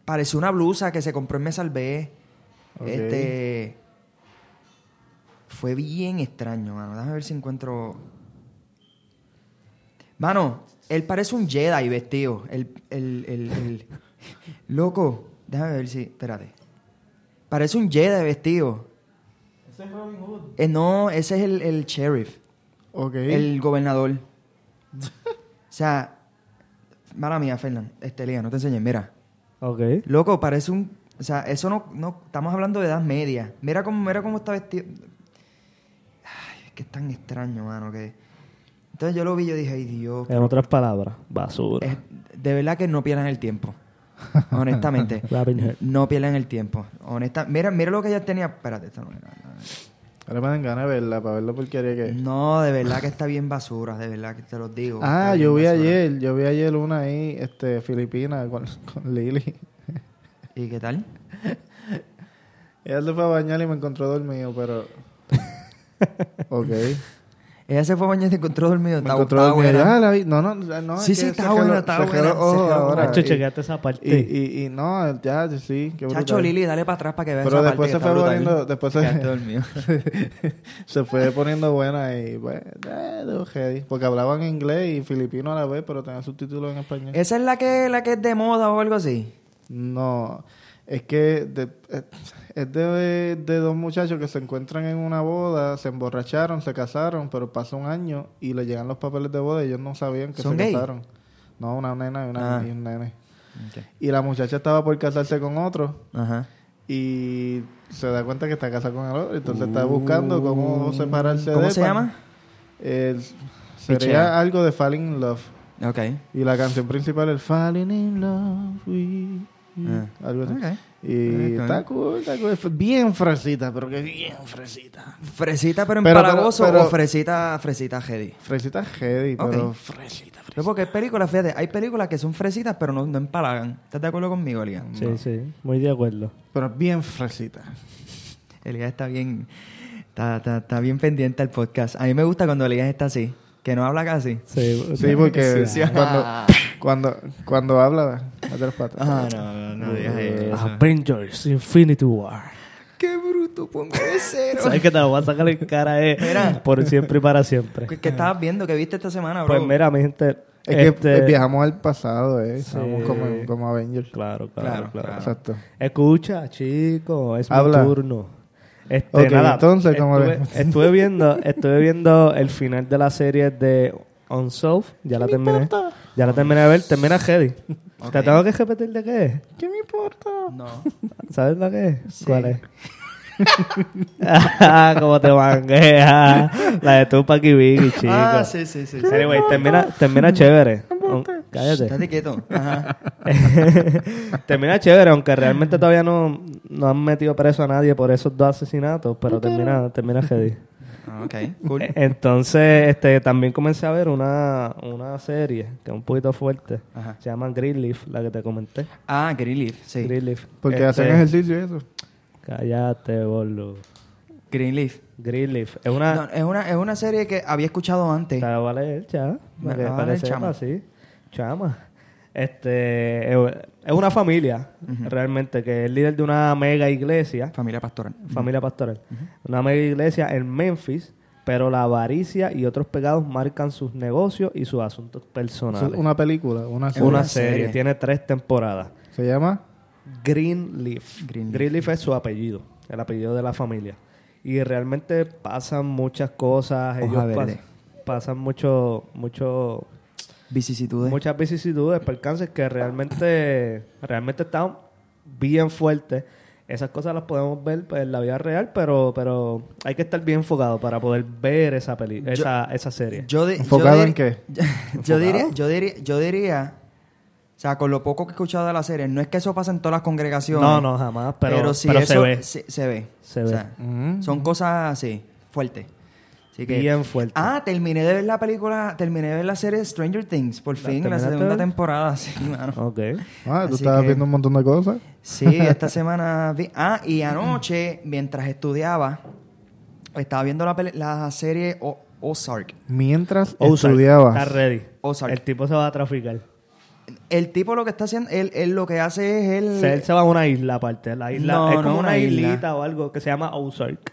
A: parecía una blusa que se compró en Me Salvé.
B: Ok.
A: Este... Fue bien extraño, mano. Déjame ver si encuentro... Mano, él parece un Jedi vestido. El, el, el, el- Loco, déjame ver si... Espérate. Parece un Jedi vestido. ¿Ese es Robin Hood? no, ese es el, el sheriff.
B: Ok.
A: El gobernador. o sea, mala mía, Fernán. Este, Lía, no te enseñes. Mira,
C: Ok.
A: loco, parece un. O sea, eso no, no. Estamos hablando de edad media. Mira cómo, mira cómo está vestido. Ay, es que es tan extraño, mano. Que... Entonces yo lo vi y yo dije, ay, Dios.
C: En otras palabras, basura. Ah,
A: Es- de verdad que no pierdan el tiempo. Honestamente.
C: Robin Hood.
A: no pierdan el tiempo. Honesta, mira, mira lo que ella tenía. Espérate, esta no era.
B: Ahora me dan ganas de verla para ver la porquería que es.
A: No, de verdad que está bien basura, de verdad que te los digo.
B: Ah,
A: está
B: yo vi
A: bien basura.
B: ayer, yo vi ayer una ahí, este, filipina con, con Lili.
A: ¿Y qué tal?
B: Ella se fue a bañar y me encontró dormido, pero... ok.
A: Ella se fue a bañar y te encontró dormido.
B: Me
A: Está,
B: encontró
A: está
B: dormido.
A: buena.
B: Ah, la vi- No, no, no. es
A: Sí,
B: que
A: sí, está
B: cerré
A: buena,
B: los-
A: está
B: cerré
A: buena,
B: los ojos
A: cerré los
B: ahora.
A: ojos.
C: Hacho,
B: Y-
C: chequeate esa parte.
B: y, y, y no, ya, sí, qué brutal.
A: Chacho Lili, dale para atrás para que veas
B: Pero
A: esa
B: después
A: parte,
B: se fue
A: está brutal.
B: poniendo... Después
A: Quedaste
B: se,
A: dormido.
B: se fue poniendo buena y... Bueno, eh, de ojedi, porque hablaban inglés y filipino a la vez, pero tenían subtítulos en español.
A: ¿Esa es la que, la que es de moda o algo así?
B: No, es que de- eh, es de, de dos muchachos que se encuentran en una boda, se emborracharon, se casaron, pero pasó un año y le llegan los papeles de boda y ellos no sabían que
A: ¿Son
B: se
A: gay?
B: casaron. No, una nena y, una-
A: Ah.
B: y un nene. Y la muchacha estaba por casarse con otro
A: Ajá.
B: y se da cuenta que está casada con el otro. Entonces está buscando cómo separarse de
A: Uh. ¿Cómo
B: él
A: se
B: para-
A: llama?
B: Eh, sería
A: Pichea.
B: algo de Falling in Love.
A: Ok.
B: Y la canción principal es Falling in Love with you. Algo así.
A: Ok.
B: Y
A: Ok.
B: está cool, está cool. Fue Bien fresita, pero que bien fresita.
A: Fresita pero
B: Pero-
A: empalagoso
B: pero- pero-
A: o fresita, fresita heady.
B: Fresita heavy, pero
A: Ok.
B: fresita, fresita.
A: Pero porque hay películas, fíjate, hay películas que son fresitas pero no, no empalagan. ¿Estás de acuerdo conmigo, Elías?
C: Sí, sí, muy de acuerdo.
B: Pero bien fresita.
A: Elías está bien, está, está- está bien pendiente al podcast. A mí me gusta cuando Elías está así, que no habla casi.
C: Sí,
B: Sí, porque cuando, cuando, cuando habla, a tres patas.
A: Ah, no, no, no digas eso.
C: Avengers Infinity War.
A: ¡Qué bruto! Pongo de cero.
C: ¿Sabes que te lo voy a sacar en cara eh, por siempre y para siempre?
A: ¿Qué, qué estabas viendo? ¿Qué viste esta semana, bro?
C: Pues mira, mi gente.
B: Es que
C: este-
B: viajamos al pasado, ¿eh? Estamos como, como Avengers.
C: Claro, claro, claro.
A: Ah.
B: Exacto.
C: Escucha, chico, es
B: Habla.
C: mi turno. Este,
B: Ok,
C: nada,
B: entonces, ¿cómo
C: estuve,
B: ves?
C: estuve viendo, estuve viendo el final de la serie de Unsolved. Ya la terminé. Ya la terminé de ver. Termina Heavy. ¿Te tengo que repetir de qué es?
B: ¿Qué me importa?
A: No.
C: ¿Sabes la que es? ¿Cuál es? Ah, Como te manguea. La de Tupac y Biggie, chico.
A: Ah, sí, sí, sí. sí.
C: Anyway, termina, termina chévere. Cállate.
A: Estate quieto. Ajá.
C: termina chévere, aunque realmente todavía no, no han metido preso a nadie por esos dos asesinatos, pero termina, termina heavy.
A: Ah, Ok, cool.
C: E- Entonces, este, también comencé a ver una, una serie que es un poquito fuerte.
A: Ajá.
C: Se llama Greenleaf, la que te comenté.
A: Ah, Greenleaf, sí.
C: Greenleaf.
B: Porque
C: Este,
B: hacen ejercicio y eso.
C: Cállate, boludo.
A: Greenleaf.
C: Greenleaf. Es una...
A: No, es, una, es una serie que había escuchado antes.
C: Te la voy a leer, cha.
A: Me la
C: Para que,
A: va a
C: para que
A: leer,
C: sepa,
A: Ah, chama.
C: sí. Chama. Este, es es una familia, realmente, que es líder de una mega iglesia,
A: Familia pastoral.
C: familia pastoral. Una mega iglesia en Memphis, pero la avaricia y otros pecados marcan sus negocios y sus asuntos
B: Eso
C: personales.
B: es una película, una
C: Es
B: serie.
C: una
A: una
C: serie,
A: serie.
C: tiene tres temporadas.
B: Se llama
C: Greenleaf.
A: Greenleaf.
C: Greenleaf. es su apellido, el apellido de la familia. Y realmente pasan muchas cosas.
A: Hoja
C: Ellos pas-
A: verde.
C: pasan mucho, mucho,
A: Vicisitudes.
C: muchas vicisitudes, percances que realmente, realmente están bien fuertes. Esas cosas las podemos ver pues, en la vida real, pero, pero hay que estar bien enfocado para poder ver esa, peli esa, esa serie.
A: Yo di- yo
B: ¿Enfocado
A: dir-
B: en qué?
A: Yo, diría, yo, diría, yo diría, o sea, con lo poco que he escuchado de la serie, no es que eso pasa en todas las congregaciones.
C: no, no, jamás, pero,
A: pero,
C: pero,
A: sí
C: se
A: eso-
C: ve.
A: sí, se ve.
C: Se
A: O
C: ve.
A: sea, Son cosas así, fuertes. Así que-
C: Mm. Bien fuerte.
A: Ah, terminé de ver la película, terminé de ver la serie Stranger Things, por fin, la
C: terminaste de
A: segunda
C: ver?
A: temporada. Sí, mano.
C: Ok.
B: Ah,
A: Así
B: tú estabas
A: que-
B: viendo un montón de cosas.
A: Sí, esta semana vi. Ah, y anoche, mientras estudiaba, estaba viendo la, peli- la serie O- Ozark.
B: Mientras
C: Ozark, Está
B: estudiabas.
C: ready.
A: Ozark.
C: El tipo se va a traficar.
A: El tipo lo que está haciendo, él, él lo que hace es
C: O
A: él.
C: sea, él se va a una isla aparte. La isla
A: No,
C: es como
A: no,
C: una,
A: una isla.
C: islita o algo que se llama Ozark.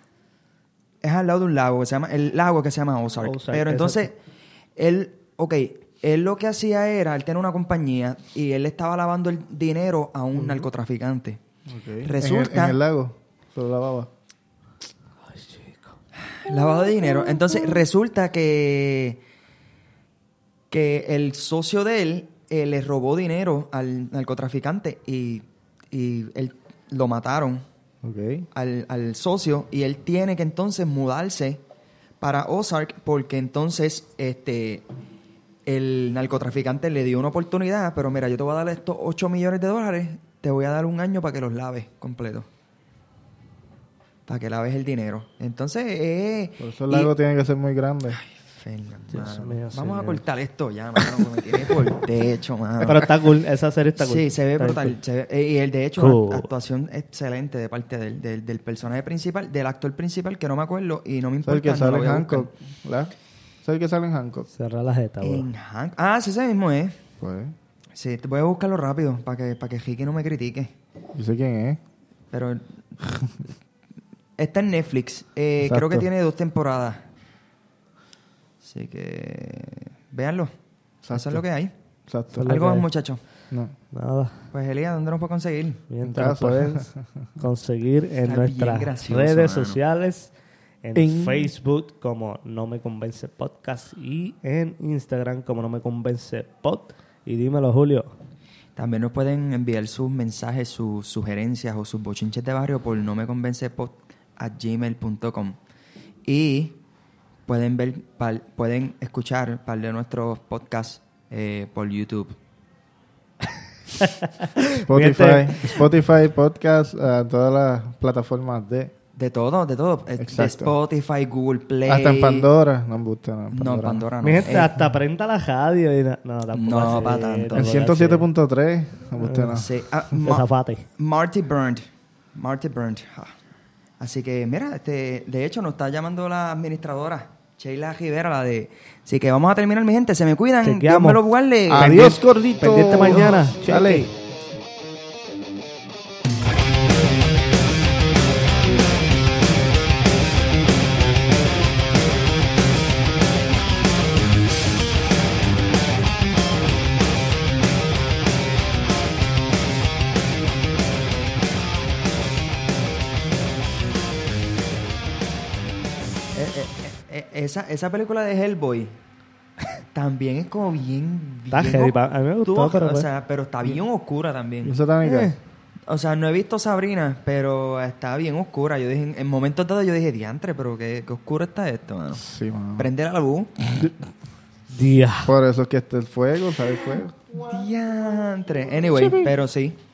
A: Es al lado de un lago que se llama. El lago que se llama Ozark.
C: Ozark,
A: Pero entonces,
C: exacto.
A: él. Ok, él lo que hacía era. Él tenía una compañía y él estaba lavando el dinero a un narcotraficante.
B: En el, en
A: Resulta.
B: el lago. Se lo lavaba.
A: Lavado de dinero. Entonces, resulta que. que el socio de él eh, le robó dinero al narcotraficante y. y él lo mataron.
B: Ok.
A: al, al socio y él tiene que entonces mudarse para Ozark porque entonces este el narcotraficante le dio una oportunidad, pero mira, yo te voy a dar estos 8 millones de dólares, te voy a dar un año para que los laves completo. Para que laves el dinero. Entonces, eh,
B: Por eso el
A: y-
B: lago tiene que ser muy grande.
A: Fernan,
C: Dios
A: mano,
C: mío,
A: Vamos a
C: señor.
A: cortar esto ya, mano, que me tiene por el techo, mano.
C: Pero está cool. Esa serie está cool.
A: Ah. Sí, se ve
C: Está
A: brutal.
C: cool.
A: se ve- eh, y él, de hecho,
C: Cool.
A: act- actuación excelente de parte del, del- del personaje principal, del actor principal, que no me acuerdo y no me
B: Es el
A: importa.
B: que
A: no lo
B: sale
A: voy
B: en
A: a
B: Hancock.
A: buscar.
B: ¿Verdad? Es el que sale en Hancock.
C: Cerrar la jeta, bro.
A: En Hancock. Ah, sí, ese mismo es.
B: Pues,
A: Sí, te voy a buscarlo rápido para que, para que Ricky no me critique.
B: yo sé quién es.
A: Pero. Está en Netflix. Eh,
B: Exacto.
A: creo que tiene dos temporadas. Así que. Véanlo. Eso
B: Exacto.
A: es lo que hay.
B: Exacto.
C: Sale- lo
A: Algo
C: que
A: más,
C: hay.
A: muchachos.
B: No.
C: Nada.
A: Pues Elías, ¿dónde nos puede conseguir?
C: Mientras
B: En casa.
C: puedes conseguir en
A: bien
C: nuestras
A: gracioso,
C: redes
A: mano.
C: sociales, en, Facebook como No Me Convence Podcast y en Instagram como No Me Convence Pod. Y dímelo, Julio.
A: También nos pueden enviar sus mensajes, sus sugerencias o sus bochinches de barrio por no me convence gmail.com. Y pueden ver, par- pueden escuchar par de nuestros podcasts eh, por YouTube.
B: Spotify, Spotify Podcast, eh, todas las plataformas de...
A: De todo, de todo. Eh, De
B: Exacto.
A: Spotify, Google Play.
B: Hasta en Pandora. No, embuste, no, en
A: No, en Pandora no.
C: Mi gente,
A: Eh,
C: hasta prenda la radio. Y na- no, tampoco
A: No,
C: así,
A: pa' tanto.
B: En
C: tampoco
B: 107.3. No, embuste, no.
A: sí. Ah,
C: así.
A: Ma-
C: Que zafate.
A: Marty Burnt. Marty Burnt. Ah. Así que, mira, este, de hecho nos está llamando la administradora, Sheila Rivera, la de... Así que vamos a terminar, mi gente. Se me cuidan. Dios
C: Chequeamos.
A: me
C: Ah.
A: los guarde.
B: Adiós, gordito.
C: pendiente mañana.
B: Dale.
A: Eh, eh, eh, eh, esa, esa película de Hellboy también es como bien...
C: Está
A: bien
C: heavy,
A: oscura,
C: pa- a mí me gustó, pero
A: o
C: pues-
A: sea, pero está bien oscura también. Eh,
B: Un satánica.
A: O sea, no he visto Sabrina, pero está bien oscura. Yo dije, en momentos dados yo dije, diantre, pero qué, qué oscuro está esto, mano.
B: Sí, mano.
A: Prende la luz.
C: Día.
B: Por eso es que está el fuego, ¿sabes? El fuego.
A: Diantre. Anyway, pero sí.